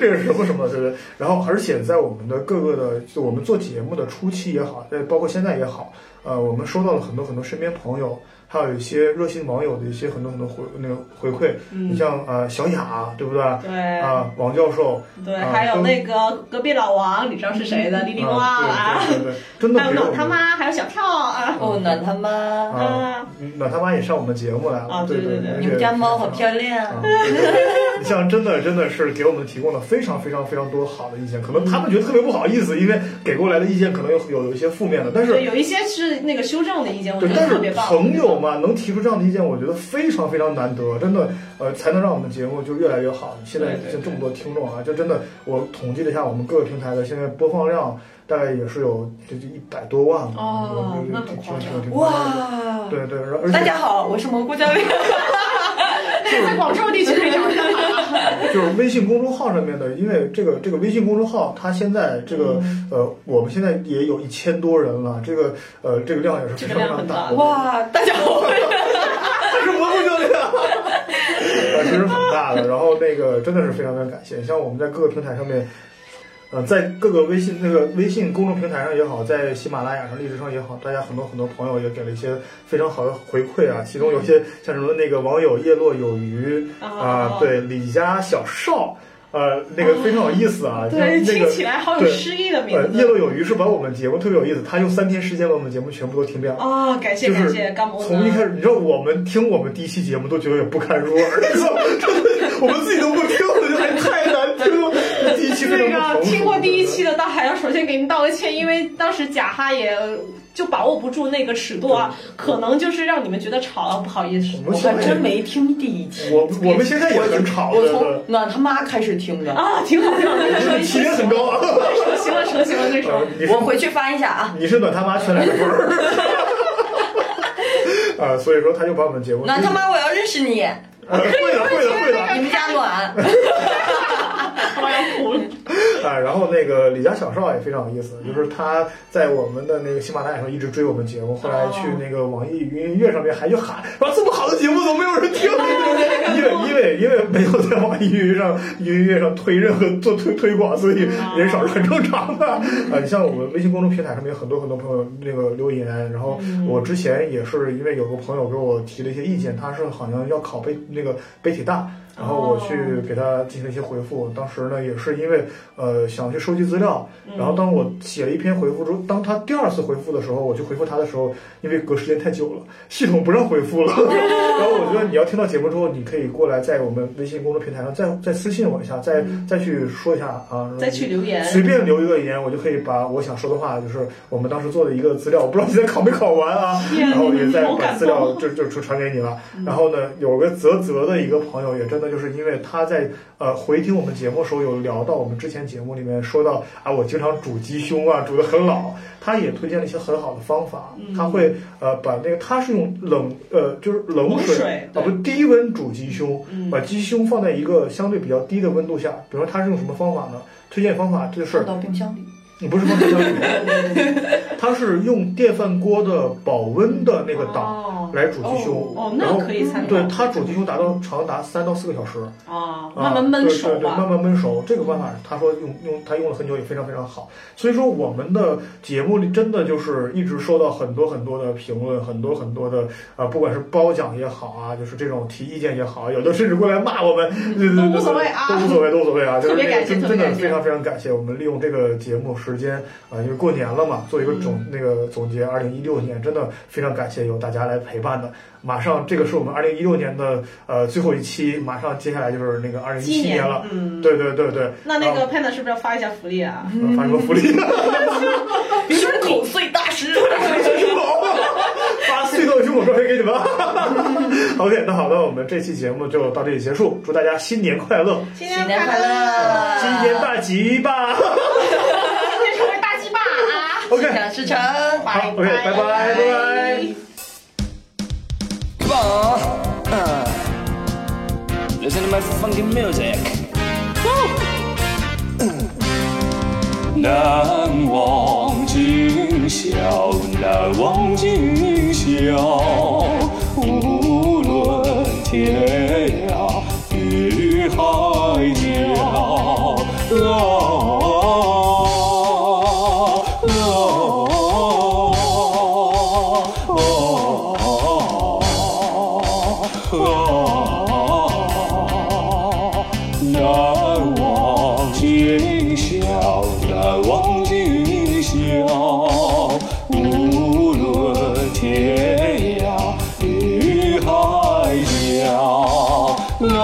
[SPEAKER 1] 这个什么什么，对不对？然后，而且在我们的各个的，就我们做节目的初期也好，呃，包括现在也好，呃，我们收到了很多很多身边朋友，还有一些热心网友的一些很多很多回那个回馈。你像呃小雅，对不对？啊、
[SPEAKER 3] 嗯对
[SPEAKER 1] 王教授，
[SPEAKER 3] 对，
[SPEAKER 1] 啊
[SPEAKER 3] 还有
[SPEAKER 1] 都
[SPEAKER 3] 那个隔壁老王，你知道是谁的？李
[SPEAKER 1] 啊
[SPEAKER 3] 丽花啊，
[SPEAKER 1] 对对对对，真的
[SPEAKER 3] 还有
[SPEAKER 1] 给我们
[SPEAKER 3] 暖他妈，还有小跳啊。嗯
[SPEAKER 2] 哦，暖他妈，
[SPEAKER 1] 嗯啊，暖他妈也上我们节目来了，
[SPEAKER 3] 啊
[SPEAKER 1] 对
[SPEAKER 3] 对对
[SPEAKER 1] 对，
[SPEAKER 3] 对
[SPEAKER 2] 你们家猫好漂亮
[SPEAKER 1] 啊
[SPEAKER 2] 啊！
[SPEAKER 1] 对对对你 [LAUGHS] 像真的真的是给我们提供了非常非常非常多好的意见，可能他们觉得特别不好意思，因为给过来的意见可能有有有一些负面的，但是
[SPEAKER 3] 对，有一些是那个修正的意见，我觉
[SPEAKER 1] 对，
[SPEAKER 3] 得
[SPEAKER 1] 但是
[SPEAKER 3] 特别棒。
[SPEAKER 1] 朋友嘛，能提出这样的意见，我觉得非常非常难得，真的，呃，才能让我们节目就越来越好。现在
[SPEAKER 3] 对对
[SPEAKER 1] 像这么多听众啊，就真的，我统计了一下我们各个平台的现在播放量，大概也是有就就一百多万了，
[SPEAKER 3] 哦
[SPEAKER 1] 我觉得
[SPEAKER 3] 那
[SPEAKER 1] 挺
[SPEAKER 3] 不
[SPEAKER 1] 挺
[SPEAKER 3] 夸
[SPEAKER 1] 挺
[SPEAKER 3] 张
[SPEAKER 1] 挺夸张的。
[SPEAKER 2] 哇！
[SPEAKER 1] 嗯对对，而且
[SPEAKER 2] 大家好，我是蘑菇
[SPEAKER 1] [LAUGHS]
[SPEAKER 2] 教练。
[SPEAKER 3] 在广州地区可以找到。
[SPEAKER 1] [LAUGHS] 就是微信公众号上面的，因为这个这个微信公众号，它现在这个、
[SPEAKER 3] 嗯
[SPEAKER 1] 呃，我们现在也有一千多人了，这个呃，这个量也是非常非常大的，
[SPEAKER 3] 这个量很大
[SPEAKER 2] 哇，大家好，
[SPEAKER 1] 这是蘑菇教练， [LAUGHS] 呃，这是很大的。然后那个真的是非常非常感谢，像我们在各个平台上面。呃，在各个微信那个微信公众平台上也好，在喜马拉雅上、荔枝上也好，大家很多很多朋友也给了一些非常好的回馈啊。其中有些像什么那个网友叶落有余啊、
[SPEAKER 3] 嗯哦
[SPEAKER 1] 对李家小少，呃，那个非常有意思啊。就
[SPEAKER 3] 哦对，
[SPEAKER 1] 那
[SPEAKER 3] 听
[SPEAKER 1] 个
[SPEAKER 3] 起来好有
[SPEAKER 1] 对
[SPEAKER 3] 诗意的名
[SPEAKER 1] 呃，叶
[SPEAKER 3] 字
[SPEAKER 1] 落有余是把我们节目特别有意思，他用三天时间把我们节目全部都听遍了。
[SPEAKER 3] 啊！感谢
[SPEAKER 1] 就
[SPEAKER 3] 感
[SPEAKER 1] 是
[SPEAKER 3] 谢，干我
[SPEAKER 1] 从一开
[SPEAKER 3] 呢？
[SPEAKER 1] 始，你知道我们听我们第一期节目都觉得有不堪入耳，你知道吗 [LAUGHS] 我们自己都不听，我觉得太难听了。第一期非
[SPEAKER 3] 那
[SPEAKER 1] 常不成
[SPEAKER 3] 个
[SPEAKER 1] 熟。
[SPEAKER 3] 听过第一期的，但还要首先给您道个歉，因为当时贾哈也就把握不住那个尺度啊，可能就是让你们觉得吵啊了，不好意思
[SPEAKER 1] 我
[SPEAKER 2] 我
[SPEAKER 1] 们现
[SPEAKER 2] 还
[SPEAKER 1] 在
[SPEAKER 2] 真没听第一期，
[SPEAKER 1] 我我们现在也很吵
[SPEAKER 2] 我
[SPEAKER 1] 的，
[SPEAKER 2] 从暖他妈开始听的。
[SPEAKER 3] 啊，挺好挺好，这说
[SPEAKER 1] 对起点很高啊。
[SPEAKER 3] 行了行了行了，这
[SPEAKER 1] 呃
[SPEAKER 3] 说。
[SPEAKER 1] 你是
[SPEAKER 2] 我回去翻一下啊。
[SPEAKER 1] 你是暖他妈全来的味儿。 [LAUGHS] 啊，所以说他就把我们节目
[SPEAKER 2] 暖他妈，我要认识你，
[SPEAKER 1] 呃会的会的会的
[SPEAKER 2] 你们家暖。
[SPEAKER 1] 呃
[SPEAKER 3] 我要哭了。
[SPEAKER 1] [LAUGHS] 啊，然后那个李家小少也非常有意思，就是他在我们的那个喜马拉雅上一直追我们节目，后来去那个网易云音乐上面还去喊，说这么好的节目怎么没有人听？ [LAUGHS] 因为因为因为没有在网易云音乐上云音乐上推任何做推推广，所以人少是很正常的。啊，你像我们微信公众平台上面有很多很多朋友那个留言，然后我之前也是因为有个朋友给我提了一些意见，他是好像要考北那个北体大。然后我去给他进行一些回复，当时呢也是因为呃想去收集资料，然后当我写了一篇回复之后，当他第二次回复的时候，我去回复他的时候，因为隔时间太久了，系统不让回复了。然后我觉得你要听到节目之后，你可以过来在我们微信公众平台上再再私信我一下，再再去说一下啊，
[SPEAKER 3] 再去留言
[SPEAKER 1] 随便留一个言，我就可以把我想说的话，就是我们当时做的一个资料，我不知道你在考没考完啊，
[SPEAKER 3] 天
[SPEAKER 1] 然后也在
[SPEAKER 3] 好
[SPEAKER 1] 把
[SPEAKER 3] 感
[SPEAKER 1] 资料
[SPEAKER 3] 动
[SPEAKER 1] 就就就传给你了。然后呢，有个泽泽的一个朋友，也真的就是因为他在呃回听我们节目的时候，有聊到我们之前节目里面说到啊，我经常煮鸡胸啊，煮的很老。他也推荐了一些很好的方法，
[SPEAKER 3] 嗯
[SPEAKER 1] 他会呃把那个他是用冷呃就是冷
[SPEAKER 3] 冷
[SPEAKER 1] 水
[SPEAKER 3] 水
[SPEAKER 1] 啊不低温煮鸡胸，
[SPEAKER 3] 嗯
[SPEAKER 1] 把鸡胸放在一个相对比较低的温度下，比如说他是用什么方法呢？推荐方法就是
[SPEAKER 2] 放到冰箱里。
[SPEAKER 1] 你不是放冰箱
[SPEAKER 3] [LAUGHS]
[SPEAKER 1] 里面，它是用电饭锅的保温的那个
[SPEAKER 3] 哦
[SPEAKER 1] 档来煮鸡胸，
[SPEAKER 3] 哦哦那
[SPEAKER 1] 然后
[SPEAKER 3] 可以参考
[SPEAKER 1] 对它煮鸡胸达到长达三到四个小时，
[SPEAKER 3] 啊，
[SPEAKER 1] 啊
[SPEAKER 3] 慢慢焖熟
[SPEAKER 1] 对对对，慢
[SPEAKER 3] 吧。嗯
[SPEAKER 1] 慢焖熟，这个办法他说用用他用了很久也非常非常好，所以说我们的节目里真的就是一直收到很多很多的评论，很多很多的啊、呃不管是褒奖也好啊，就是这种提意见也好，啊有的甚至过来骂我们，
[SPEAKER 3] 都
[SPEAKER 1] 对
[SPEAKER 3] 无所谓啊
[SPEAKER 1] 都无所谓，都无所谓
[SPEAKER 3] [LAUGHS]
[SPEAKER 1] 啊，就是
[SPEAKER 3] 特别
[SPEAKER 1] 那个
[SPEAKER 3] 感谢
[SPEAKER 1] 真
[SPEAKER 3] 特
[SPEAKER 1] 真
[SPEAKER 3] 别
[SPEAKER 1] 的
[SPEAKER 3] 感谢
[SPEAKER 1] 非常非常感谢我们利用这个节目时间啊、呃因为过年了嘛，做一个总、
[SPEAKER 3] 嗯
[SPEAKER 1] 那个总结，二零一六年真的非常感谢有大家来陪伴的。马上，这个是我们二零一六年的呃最后一期，马上接下来就是那个二零一
[SPEAKER 3] 纪
[SPEAKER 1] 七
[SPEAKER 3] 念
[SPEAKER 1] 年了。
[SPEAKER 3] 嗯
[SPEAKER 1] 对对对对，
[SPEAKER 3] 那那
[SPEAKER 1] 然
[SPEAKER 3] 个 Panda 是不是要发一下福利啊？
[SPEAKER 1] 后发什么福利？ [LAUGHS]
[SPEAKER 2] 胸口碎大石。
[SPEAKER 1] 发隧道胸口照片给你们。OK，那好，那我们这期节目就到这里结束，祝大家新年快乐，
[SPEAKER 3] 新
[SPEAKER 2] 新
[SPEAKER 3] 年
[SPEAKER 2] 年快
[SPEAKER 3] 快乐！ [LAUGHS]
[SPEAKER 2] 乐，
[SPEAKER 1] 今年大吉吧。
[SPEAKER 3] 今天成为大鸡巴啊！
[SPEAKER 1] OK，
[SPEAKER 2] 心想事成。
[SPEAKER 1] 好，OK，拜拜，拜拜。
[SPEAKER 4] Come on. Uh. Listen to my funky music. Woo. 难忘今宵，难忘今宵，无论天涯与海角。啊啊啊难忘今宵，难忘今宵，无论天涯与海角。啊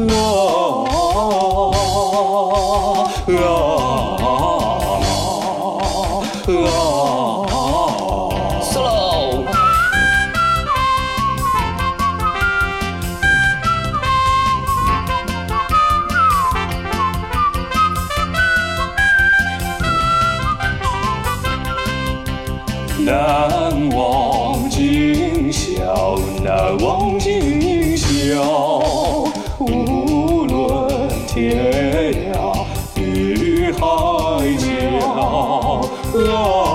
[SPEAKER 4] 啊啊啊！Solo。难忘今宵，难忘今宵，无论天涯与海角。啊